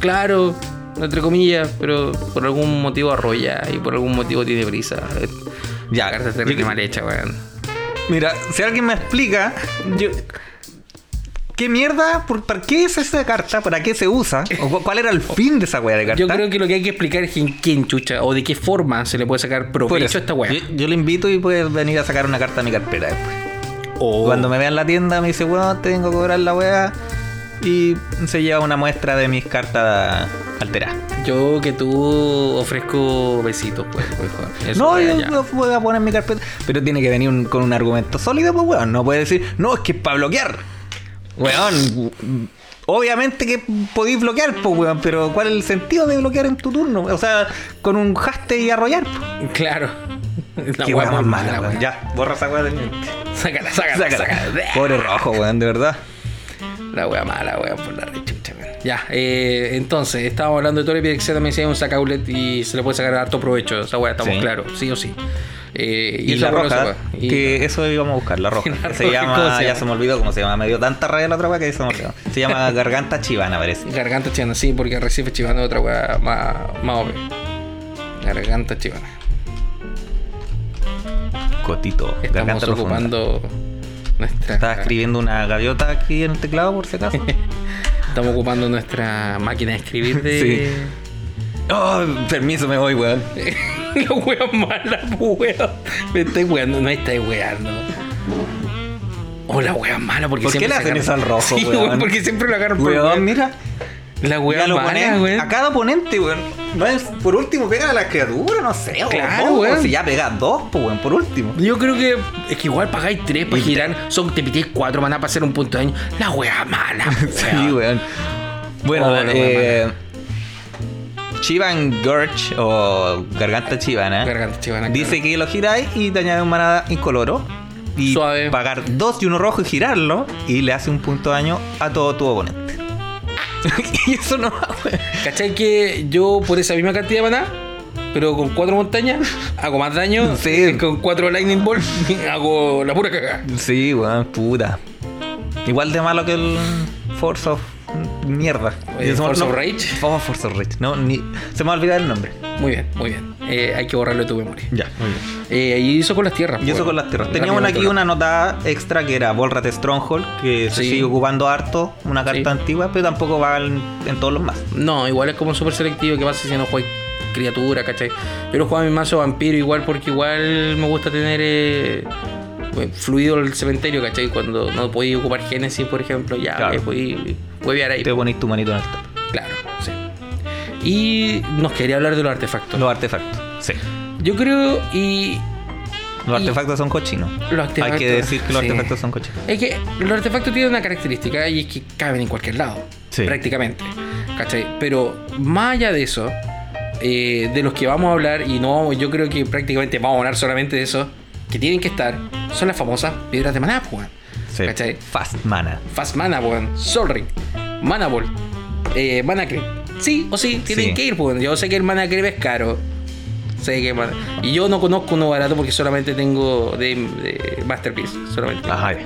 B: Claro, entre comillas, pero por algún motivo arrolla y por algún motivo tiene prisa.
A: Ya,
B: La carta es
A: yo
B: terrible
A: que-
B: mal hecha, weón.
A: Mira, si alguien me explica, yo. ¿Qué mierda? ¿Por, ¿Para qué es esa carta? ¿Para qué se usa? ¿O cu- ¿Cuál era el fin de esa weá de carta?
B: Yo creo que lo que hay que explicar es en quién chucha o de qué forma se le puede sacar
A: Por
B: provecho
A: eso.
B: a esta weá.
A: Yo, yo le invito y puede venir a sacar una carta a mi carpeta después.
B: O
A: Cuando me vea en la tienda me dice, weón, te tengo que cobrar la weá. Y se lleva una muestra de mis cartas alteradas.
B: yo que tú ofrezco besitos, pues, mejor. Eso,
A: no,
B: weá,
A: yo
B: ya.
A: lo voy a poner en mi carpeta. Pero tiene que venir un- con un argumento sólido, pues weón. No puede decir, no, es que es para bloquear. Weón, obviamente que podéis bloquear, pues weón. Pero ¿cuál es el sentido de bloquear en tu turno? O sea, con un haste y arrollar. pues.
B: Claro. La
A: Qué
B: weá
A: weá
B: muy
A: más mala,
B: weá.
A: weón. Ya, borra esa weá de mi mente.
B: Sácala, sácala, sácala.
A: Sácala. Pobre rojo, weón, de verdad.
B: La wea mala, wea, por la rechucha, weón. Ya, eh, entonces, estábamos hablando de Torre Pirexiana, me decía un sacaulet y se le puede sacar harto provecho. Esa wea, estamos
A: Sí.
B: claros, sí o sí. Eh,
A: Y,
B: eso
A: la
B: bueno,
A: roja,
B: esa wea. Y-
A: que eso íbamos a buscar, la roja.
B: La
A: se
B: roja, ¿cómo se
A: llama, ya
B: llama?
A: se me olvidó cómo se llama. Me dio tanta rabia la otra weá que se me olvidó. Se llama Garganta Chivana, parece.
B: Garganta chivana, sí, porque Recife chivana es otra wea más, más obvia. Garganta chivana.
A: Cotito.
B: Estamos
A: garganta profunda.
B: ocupando nuestra.
A: Estaba escribiendo una gaviota aquí en el teclado, por si acaso.
B: Estamos ocupando nuestra máquina de escribir de.
A: oh, permiso, me voy, weón.
B: La wea mala, po, pues, weón. Me estáis weando, no me estáis weando. Oh, la wea mala, porque
A: ¿Por qué
B: siempre
A: le
B: se
A: hacen eso
B: agarra-
A: al rojo,
B: Sí,
A: weón?
B: weón, porque siempre lo agarran por
A: Weón,
B: weón.
A: mira.
B: La wea
A: ya lo
B: mala,
A: ponen a
B: weón.
A: cada oponente, weón. No es- Por último, pega a la criatura, no sé. o
B: Claro,
A: dos, o
B: weón.
A: Si ya pega dos, pues, weón, por último.
B: Yo creo que es que igual pagáis tres para
A: Y te-
B: girar, son te pitéis cuatro maná para hacer un punto de daño. La wea mala, po,
A: Sí, weón. Bueno,
B: Oh, la wea
A: eh. Chivan Gorge o Garganta Chivana.
B: Garganta chivana,
A: Dice que lo giráis y te añade un manada incoloro. Y
B: Suave.
A: pagar dos y uno rojo y girarlo. Y le hace un punto de daño a todo tu oponente. y eso no va, weón.
B: ¿Cachai que yo por esa misma cantidad de maná, pero con cuatro montañas, hago más daño?
A: Sí.
B: y Con cuatro lightning ball, hago la pura cagada.
A: Sí, weón, puta. Igual de malo que el Force of mierda.
B: Oye,
A: Y se me-
B: Force
A: no,
B: of Rage.
A: Oh, Force of Rage. No, ni, se me ha olvidado el nombre.
B: Muy bien, muy bien. Eh, hay que borrarlo de tu memoria.
A: Ya, muy bien.
B: Eh, y eso con las tierras.
A: Y eso
B: pues.
A: con las tierras. Teníamos aquí una nota extra que era Volrat Stronghold, que se
B: Sí.
A: sigue ocupando harto, una carta
B: Sí.
A: antigua, pero tampoco va en, en todos los más.
B: No, igual es como súper selectivo. ¿Qué pasa si no juegas criatura, cachai? Yo lo juego a mi mazo vampiro igual porque igual me gusta tener eh, fluido el cementerio, cachai. Cuando no podéis ocupar Génesis, por ejemplo, ya
A: Claro.
B: eh, podéis huevear ahí. pues.
A: Te pones tu manito en el top.
B: Claro, sí. Y nos quería hablar de los artefactos.
A: Los artefactos. Sí.
B: Yo creo y
A: Los
B: Y-
A: artefactos son cochinos.
B: los
A: Hay
B: artefactos.
A: que decir que los
B: sí.
A: artefactos son cochinos.
B: Es que los artefactos tienen una característica y es que caben en cualquier lado,
A: Sí.
B: prácticamente. ¿Cachai? Pero más allá de eso, eh, de los que vamos a hablar, y no yo creo que prácticamente vamos a hablar solamente de eso, que tienen que estar, son las famosas piedras de maná, pues, weón.
A: Sí.
B: ¿Cachai?
A: Fast mana.
B: Fast Mana, weón, Sol Ring, Mana Ball, eh, Mana Creep. Sí o sí, tienen
A: Sí.
B: que ir, weón. Yo sé que el Mana Creep es caro. Sé que mana- Y yo no conozco uno barato porque solamente tengo de, de Masterpiece. Solamente.
A: Ajá. ya.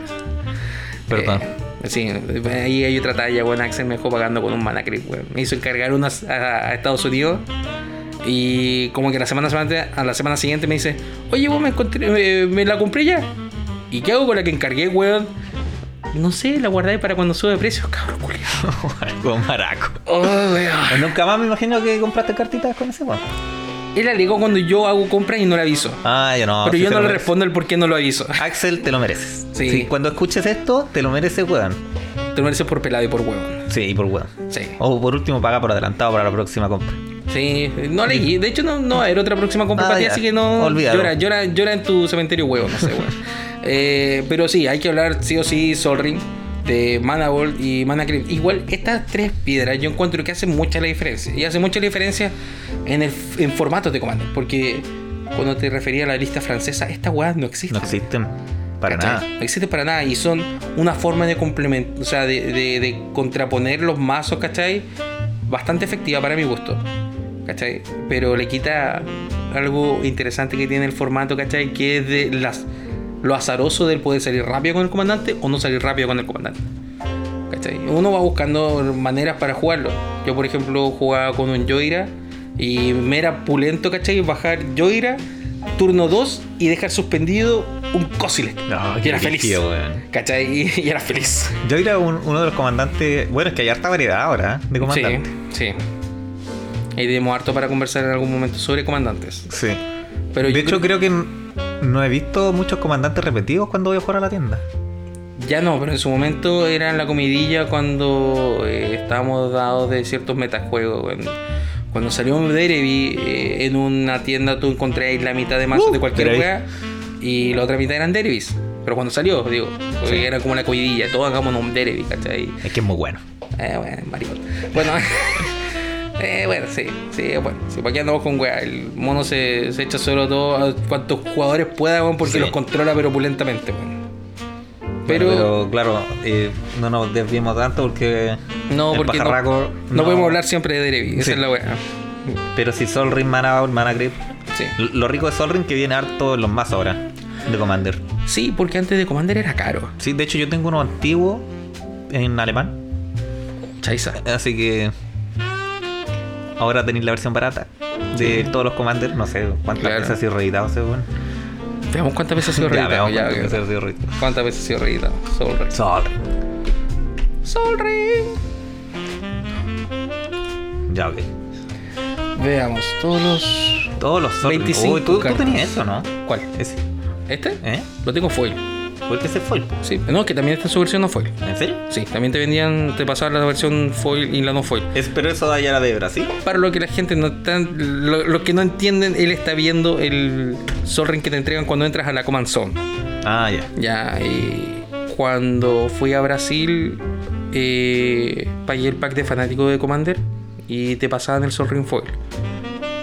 A: Perdón.
B: Eh, sí, ahí hay otra talla, weón. Axel me dejó pagando con un mana creep, weón. Me hizo encargar unas a, a Estados Unidos. Y como que la semana, siguiente- a la semana siguiente me dice, oye, vos me, encontré- me, me la compré ya. ¿Y qué hago con la que encargué, weón? No sé, la guardáis para cuando sube precios, cabrón culiao.
A: Algo maraco.
B: Oh, weón.
A: Pues Nunca más me imagino que compraste cartitas con ese weón.
B: Él alegó cuando yo hago compras y no le aviso.
A: Ah, yo no.
B: pero
A: sí se
B: yo no
A: lo
B: le
A: merece.
B: respondo el por qué no lo aviso.
A: Axel, te lo mereces.
B: Sí.
A: Sí, cuando escuches esto, te lo mereces, weón.
B: Te lo mereces por pelado y por huevón.
A: Sí, y por weón.
B: Sí.
A: O por último, paga por adelantado para la próxima compra.
B: Sí, no leí. De hecho, no, no va a haber otra próxima compra
A: Ah,
B: para ti,
A: ya.
B: así que no.
A: Olvídalo.
B: Llora, llora, llora en tu cementerio huevo, no sé, weón. Eh, pero sí, hay que hablar sí o sí, Sol Ring, de Mana Ball y Mana Cream. Igual, estas tres piedras yo encuentro que hacen mucha la diferencia. Y hace mucha la diferencia en, el, en formatos de comando. Porque cuando te refería a la lista francesa, estas weas no existen.
A: No existen. Para
B: ¿Cachai?
A: nada.
B: No existe para nada. Y son una forma de complementar, o sea, de, de- de contraponer los mazos, ¿cachai? Bastante efectiva para mi gusto. ¿Cachai? Pero le quita algo interesante que tiene el formato, ¿cachai? Que es de las, lo azaroso del poder salir rápido con el comandante o no salir rápido con el comandante. ¿cachai? Uno va buscando maneras para jugarlo. Yo, por ejemplo, jugaba con un Joira y me era pulento, ¿cachai? Bajar Joira, turno 2 y dejar suspendido un Cosilet.
A: No,
B: y era
A: qué
B: feliz.
A: brígido, weón.
B: ¿cachai? Y, y era feliz.
A: Yo era un- uno de los comandantes. Bueno, es que hay harta variedad ahora ¿eh? de comandantes.
B: Sí, sí. Ahí tenemos harto para conversar en algún momento sobre comandantes.
A: Sí.
B: Pero
A: de
B: yo
A: hecho, creo
B: creo
A: que n- no he visto muchos comandantes repetidos cuando voy a jugar a la tienda.
B: ya no, pero en su momento era en la comidilla cuando eh, estábamos dados de ciertos metajuegos. weón. cuando salió un Derby eh, en una tienda tú encontré la mitad de mazos
A: Uh,
B: de cualquier
A: Derby.
B: wea y la otra mitad eran Derbys. Pero cuando salió, digo,
A: Sí.
B: era como la comidilla, todos hagamos un Derby, ¿cachai?
A: Es que es muy bueno.
B: Eh, bueno, maricón. Bueno, eh, bueno, sí, sí, bueno. Sí, ¿Para qué andamos con weá? El mono se, se echa solo todo a cuantos jugadores pueda, weón, porque
A: Sí.
B: los controla pero opulentamente, weón. Pero,
A: Pero, claro, eh, no nos desviemos tanto porque.
B: no,
A: el
B: porque no,
A: pajarraco
B: no podemos hablar siempre de Derevi, esa
A: Sí.
B: es la weá.
A: Pero si Solring, Mana, Ball, Mana Grip.
B: Sí.
A: L- Lo rico de Solring que viene harto en los más ahora de Commander.
B: sí, porque antes de Commander era caro.
A: Sí, de hecho yo tengo uno antiguo en alemán,
B: Chaisa.
A: así que ahora tenéis la versión barata de todos los Commander, no sé cuántas
B: Claro.
A: veces ha sido reeditado ese weón.
B: Veamos cuántas veces ha sido
A: Ya,
B: reeditado.
A: veamos
B: ya,
A: cuántas
B: weón.
A: veces ha sido reeditado.
B: ¿Cuántas veces ha sido reeditado? Sol Rey.
A: Solring.
B: Sol Rey.
A: Ya, ok.
B: Veamos, todos los.
A: Todos los Solring.
B: 25
A: Uy, tú, tú
B: cartas.
A: tenías eso, ¿no?
B: ¿Cuál?
A: Ese.
B: ¿Este?
A: ¿Eh?
B: Lo tengo foil.
A: Porque ese fue.
B: Sí, no, que también está en su versión no foil.
A: ¿En serio?
B: Sí, también te vendían, te pasaban la versión foil y la no foil.
A: Es, pero eso de allá era de Brasil.
B: Para lo que la gente no está, lo, los que no entienden, él está viendo el Solring que te entregan cuando entras a la Command Zone.
A: Ah, ya.
B: Ya, y cuando fui a Brasil, eh, pagué el pack de fanático de Commander y te pasaban el Solring foil.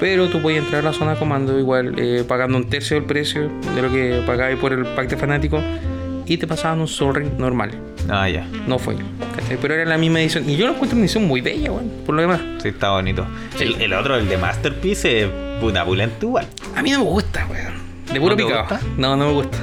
B: Pero tú podías entrar a la zona de comando igual, eh, pagando un tercio del precio de lo que pagabas por el pack de fanático y te pasaban un Solring normal.
A: Ah, ya.
B: No fue. ¿cachai? Pero era la misma edición. Y yo lo encuentro una edición muy bella, weón. Por lo demás.
A: Sí, está bonito.
B: Sí.
A: El, el otro, el de Masterpiece, es puta pulento igual.
B: A mí no me gusta, weón. De puro
A: ¿No te
B: picado.
A: gusta?
B: No, no me gusta.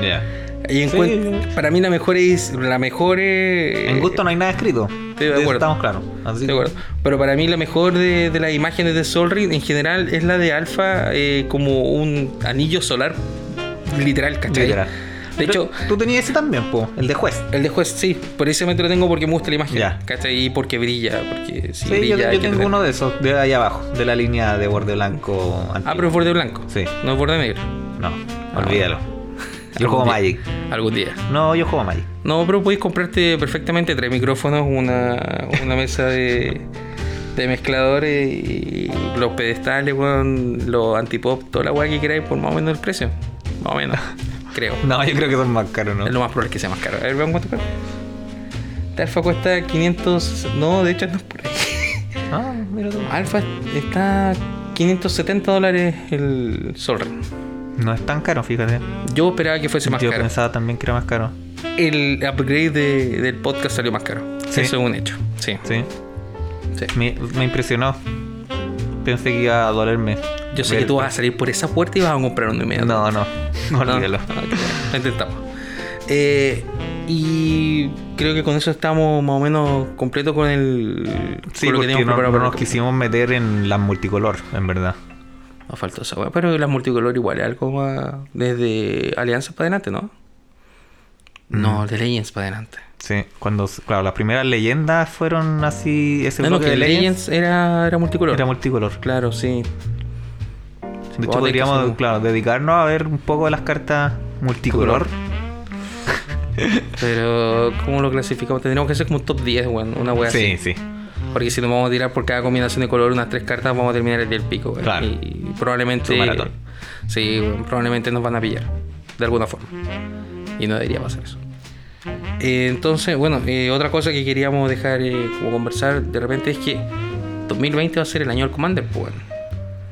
A: Ya.
B: Y encuent- Para mí la mejor es. La mejor eh, es.
A: En gusto no hay nada escrito.
B: de
A: eso
B: acuerdo.
A: Estamos claros. Así
B: De acuerdo. Pero para mí la mejor de, de las imágenes de Solring en general es la de Alpha eh, como un anillo solar literal, ¿cachai?
A: Literal.
B: De
A: Pero
B: hecho,
A: tú tenías ese también, po, el de juez.
B: el de juez sí, precisamente lo tengo porque me gusta la imagen,
A: Ya.
B: ¿cachai? Y porque brilla, porque si
A: Sí,
B: brilla
A: yo, yo
B: hay que
A: tengo
B: tener-
A: uno de esos, de ahí abajo, de la línea de borde blanco.
B: Ah,
A: antiguo.
B: pero es borde blanco.
A: Sí.
B: No es borde negro.
A: No, olvídalo. Yo juego
B: día.
A: Magic.
B: Algún día.
A: No, yo juego Magic.
B: No, pero podéis comprarte perfectamente tres micrófonos, una, una mesa de, de mezcladores y los pedestales, weón, los antipop, toda la weá que queráis por más o menos el precio. Más o menos, creo.
A: No, yo creo que son más caros, ¿no?
B: Es lo más probable que sea más caro. A ver, veamos cuánto cuesta. Este alfa cuesta 500. No, de hecho no es por ahí.
A: Ah, mira tú.
B: Alfa está 570 dólares el Solring.
A: No es tan caro, fíjate.
B: Yo esperaba que fuese más
A: yo
B: caro.
A: pensaba también que era más caro.
B: El upgrade de- del podcast salió más caro.
A: Sí.
B: Eso es un hecho. Sí.
A: Sí.
B: sí.
A: Me, me impresionó. Pensé que iba a dolerme.
B: Yo sé
A: Ver-
B: que tú vas a salir por esa puerta y vas a comprar uno inmediato.
A: No, no.
B: No,
A: Olvídalo.
B: no, ok, lo intentamos. Eh, y creo que con eso estamos más o menos completos con el
A: Sí,
B: con lo
A: porque
B: que teníamos
A: no, no
B: preparado para
A: nos
B: el-
A: quisimos meter en las multicolor, en verdad.
B: Nos faltó esa weá, pero las multicolor igual es algo más desde Alianza para adelante, ¿no?
A: Mm.
B: No, de Legends para adelante.
A: Sí, cuando, claro, las primeras leyendas fueron así, ese
B: Ah, No, no,
A: bloque
B: que
A: de Legends,
B: Legends era, era multicolor.
A: era multicolor.
B: Claro, sí. Oh,
A: De
B: Ahora
A: hecho,
B: hay que hacer
A: podríamos,
B: un-
A: claro, dedicarnos a ver un poco de las cartas multicolor.
B: Pero, ¿cómo lo clasificamos? Tendríamos que hacer como un top 10, weón. Una wea
A: Sí, sí.
B: así. Porque si nos vamos a tirar por cada combinación de color unas tres cartas, vamos a terminar el día del pico, weón.
A: Claro.
B: Y, y probablemente.
A: Su maratón.
B: Sí, weón, probablemente nos van a pillar. De alguna forma. Y no debería pasar eso. Eh, entonces, bueno, eh, otra cosa que queríamos dejar eh, como conversar de repente es que 2020 va a ser el año del Commander, pues. weón.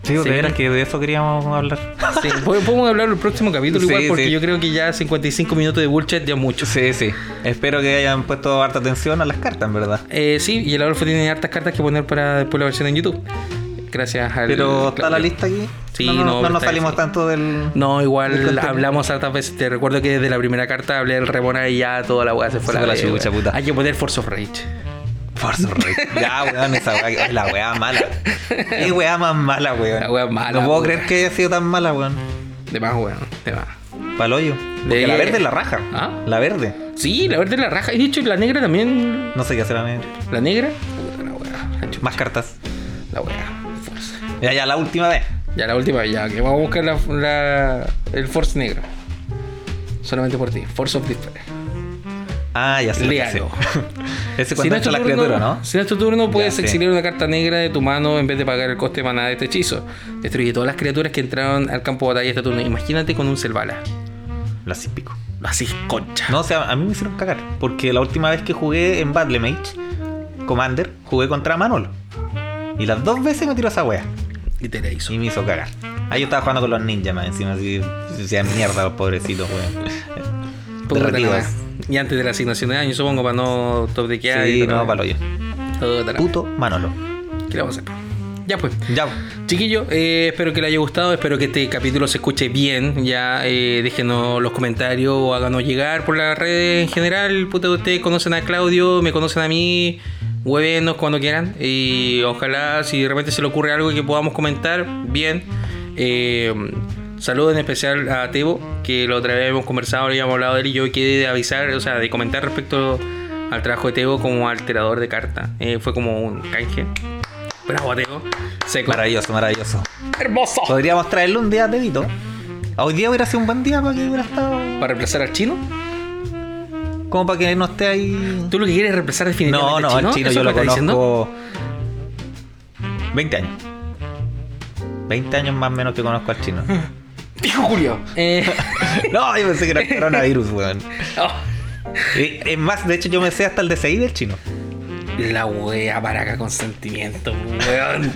A: Sí,
B: Sí.
A: de veras que de eso queríamos hablar.
B: Sí, pod- podemos hablar el próximo capítulo
A: Sí,
B: igual porque
A: sí.
B: yo creo que ya 55 minutos de bullshit ya es mucho.
A: Sí, sí. Espero que hayan puesto harta atención a las cartas, en verdad.
B: Eh, sí, y el Adolfo tiene hartas cartas que poner para después la versión en YouTube. Gracias al.
A: Pero está la
B: Claudio.
A: lista aquí.
B: Sí,
A: no, no,
B: no,
A: no
B: pero
A: nos
B: está
A: salimos
B: bien.
A: tanto del.
B: No,
A: del
B: igual
A: contenido.
B: hablamos hartas veces. Te recuerdo que desde la primera carta hablé del Remona y ya toda la weá se fue
A: Se
B: a la,
A: fue la
B: verga.
A: chucha, puta.
B: Hay que poner Force of Rage.
A: Forza Horizon. Ya, weón, esa weá es la weá mala. Qué weá más mala, weón.
B: La weá mala,
A: No puedo
B: weón.
A: creer que haya sido tan mala, weón.
B: De más, weón. De más.
A: Pa'l hoyo. Porque
B: De-
A: la verde es la raja.
B: Eh, ¿Ah?
A: La verde.
B: Sí, la verde es la raja. Y de hecho, la negra también.
A: No sé qué hacer a mí.
B: La negra. Puta, La weá. La chucha,
A: Más cartas.
B: La weá. Force.
A: Ya, ya, la última vez.
B: Ya la última, ya que vamos a buscar la, la- el Force negro. Solamente por ti. Force of Despair.
A: Ah, ya sé. lo que
B: Léalo.
A: sé. Ese cuando entra la criatura, ¿no?
B: este Si no es tu turno, puedes
A: sí.
B: exiliar una carta negra de tu mano en vez de pagar el coste de manada de este hechizo. Destruye todas las criaturas que entraron al campo de batalla este turno. Imagínate con un Selvala.
A: La sí pico.
B: Lo haces concha.
A: No, o sea, a mí me hicieron cagar. Porque la última vez que jugué en Battle Mage, Commander, jugué contra Manolo. Y las dos veces me tiró esa wea.
B: Y te la hizo.
A: Y me hizo cagar. Ahí yo estaba jugando con los ninjas más encima, así. Sea mierda los pobrecitos, weón.
B: Puta la
A: Derretidos.
B: madre. Y antes de la asignación de año, supongo, para no top de que
A: Sí, no, palo yo.
B: ¿Qué
A: Puto Manolo.
B: le vamos a hacer? Ya pues.
A: Ya.
B: Chiquillo, eh, espero que le haya gustado, espero que este capítulo se escuche bien. Ya eh, déjenos los comentarios o háganos llegar por las redes en general. Puta, ustedes conocen a Claudio, me conocen a mí, huevenos cuando quieran. Y ojalá si de repente se le ocurre algo que podamos comentar, bien. Eh, saludo en especial a Tebo, que la otra vez hemos conversado, le habíamos hablado de él y yo quedé de avisar, o sea, de comentar respecto al trabajo de Tebo como alterador de carta. Eh, fue como un canje. Bravo, Tebo. Seco.
A: Maravilloso, maravilloso.
B: Hermoso.
A: Podríamos traerle un día a Tedito. Hoy día hubiera sido un buen día para que hubiera estado.
B: ¿Para reemplazar al chino?
A: Como para que no esté ahí.
B: ¿Tú lo que quieres es reemplazar
A: No,
B: definitivamente
A: no,
B: al
A: el
B: chino?
A: chino
B: ¿Eso
A: yo
B: es
A: lo
B: que estás diciendo?
A: conozco. 20 años. 20 años más o menos que conozco al chino.
B: Pico Julio. Eh,
A: No, yo pensé que era coronavirus, weón.
B: oh,
A: Y, Es más, de hecho, yo me sé hasta el DCI del chino.
B: la wea baraca con sentimiento, weón.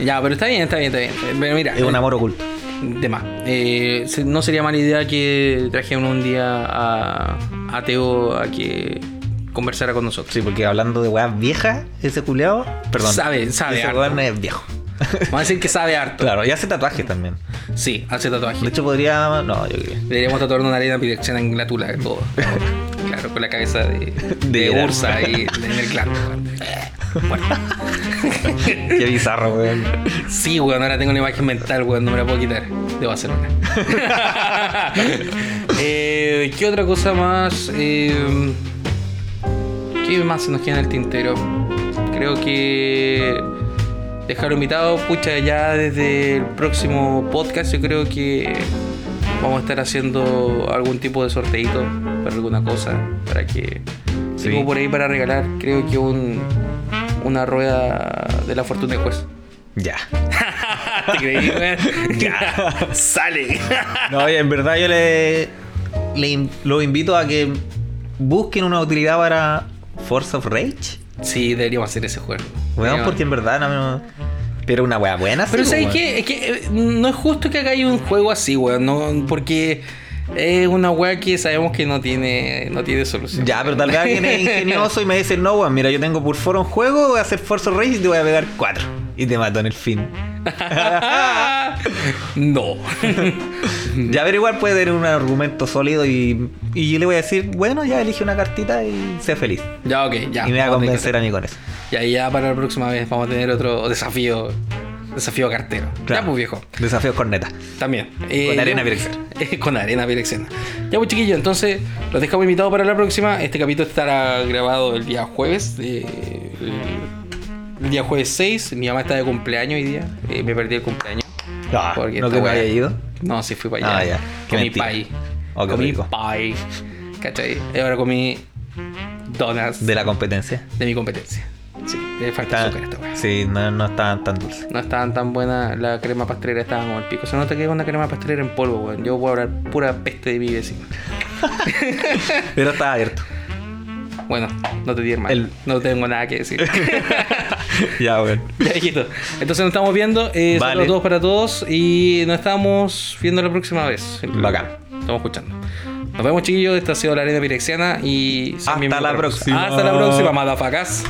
B: ya, pero está bien, está bien, está bien. Pero mira,
A: Es un amor oculto.
B: de más. Eh, se- no sería mala idea que trajeran un día a, a Teo a que conversara con nosotros.
A: Sí, porque hablando de weas viejas, ese culeado. Perdón.
B: Sabe, sabe
A: Ese
B: harto.
A: weón es viejo.
B: Vamos a decir que sabe harto.
A: Claro, y hace tatuajes también.
B: Sí, hace tatuaje.
A: De hecho, podría. No, yo creo.
B: Deberíamos tatuarnos una arena bidireccional en la tula, todo. Claro, con la cabeza de, de,
A: De Irán.
B: Ursa ahí en el clan. Bueno,
A: Qué bizarro, weón.
B: sí, weón, ahora tengo una imagen mental, weón, no me la puedo quitar. Debo hacer una. Eh, ¿Qué otra cosa más? Eh, ¿Qué más se nos queda en el tintero? Creo que dejarlo invitado, pucha, ya desde el próximo podcast yo creo que vamos a estar haciendo algún tipo de sorteito para alguna cosa, para que
A: Sí.
B: tengo por ahí para regalar, creo que un, una rueda de la fortuna del juez.
A: Ya.
B: ¿Te creí, weón? ya, sale.
A: No, oye, en verdad yo le, le in- los invito a que busquen una utilidad para Force of Rage.
B: sí, deberíamos hacer ese juego.
A: Weón,
B: Deberíamos.
A: porque en verdad no, no- Pero una wea buena,
B: Pero
A: sí,
B: ¿sabes
A: weón.
B: qué? Es que eh, no es justo que hagáis un juego así, weón. No, porque es una weá que sabemos que no tiene, no tiene solución.
A: Ya, pero tal vez alguien es ingenioso y me dice, no, weón, mira, yo tengo por foro un juego, voy a hacer Force of Rage y te voy a pegar cuatro. Y te mato en el fin.
B: no.
A: Ya, pero igual puede tener un argumento sólido y, y yo le voy a decir, bueno, ya elige una cartita y sé feliz.
B: ya, ok, ya.
A: y me va a
B: vamos tener que
A: convencer a mí con eso.
B: hacer- Ya, ya para la próxima vez vamos a tener otro desafío Desafío cartero.
A: Claro.
B: Ya, pues viejo.
A: Desafíos corneta.
B: También.
A: Con arena
B: virexena.
A: virexena.
B: con arena virexena. Ya, pues chiquillos, entonces los dejamos invitados para la próxima. Este capítulo estará grabado el día jueves. eh, el día jueves 6. Mi mamá está de cumpleaños hoy día. eh, me perdí el cumpleaños.
A: Ah,
B: Porque
A: no
B: esta
A: que me
B: weá-
A: haya ido.
B: No, sí fui para allá.
A: Ah, ya. Qué
B: Comí
A: mentira.
B: pie.
A: Oh, qué
B: comí
A: rico.
B: pie. ¿Cachai? Y ahora comí donuts
A: De
B: de,
A: la competencia.
B: mi competencia. Sí, le falta
A: Está-
B: azúcar a esta weá.
A: sí, no, no estaban tan dulces.
B: No estaban tan buena la crema pastelera, estaba como el pico. Se nota que es una crema pastelera en polvo, weón. Yo puedo hablar pura peste de mi vecino.
A: Pero estaba abierto.
B: Bueno, no te di hermano.
A: El-
B: No tengo nada que decir.
A: ya, bueno.
B: ya, viejito. Entonces nos estamos viendo. Eh,
A: Vale.
B: Saludos a todos para todos. Y nos estamos viendo la próxima vez.
A: Bacán.
B: Estamos escuchando. Nos vemos, chiquillos. Esta ha sido la arena pirexiana. Y sean
A: Hasta
B: bienvenidos
A: la
B: a
A: próxima.
B: Hasta la próxima, madafacas.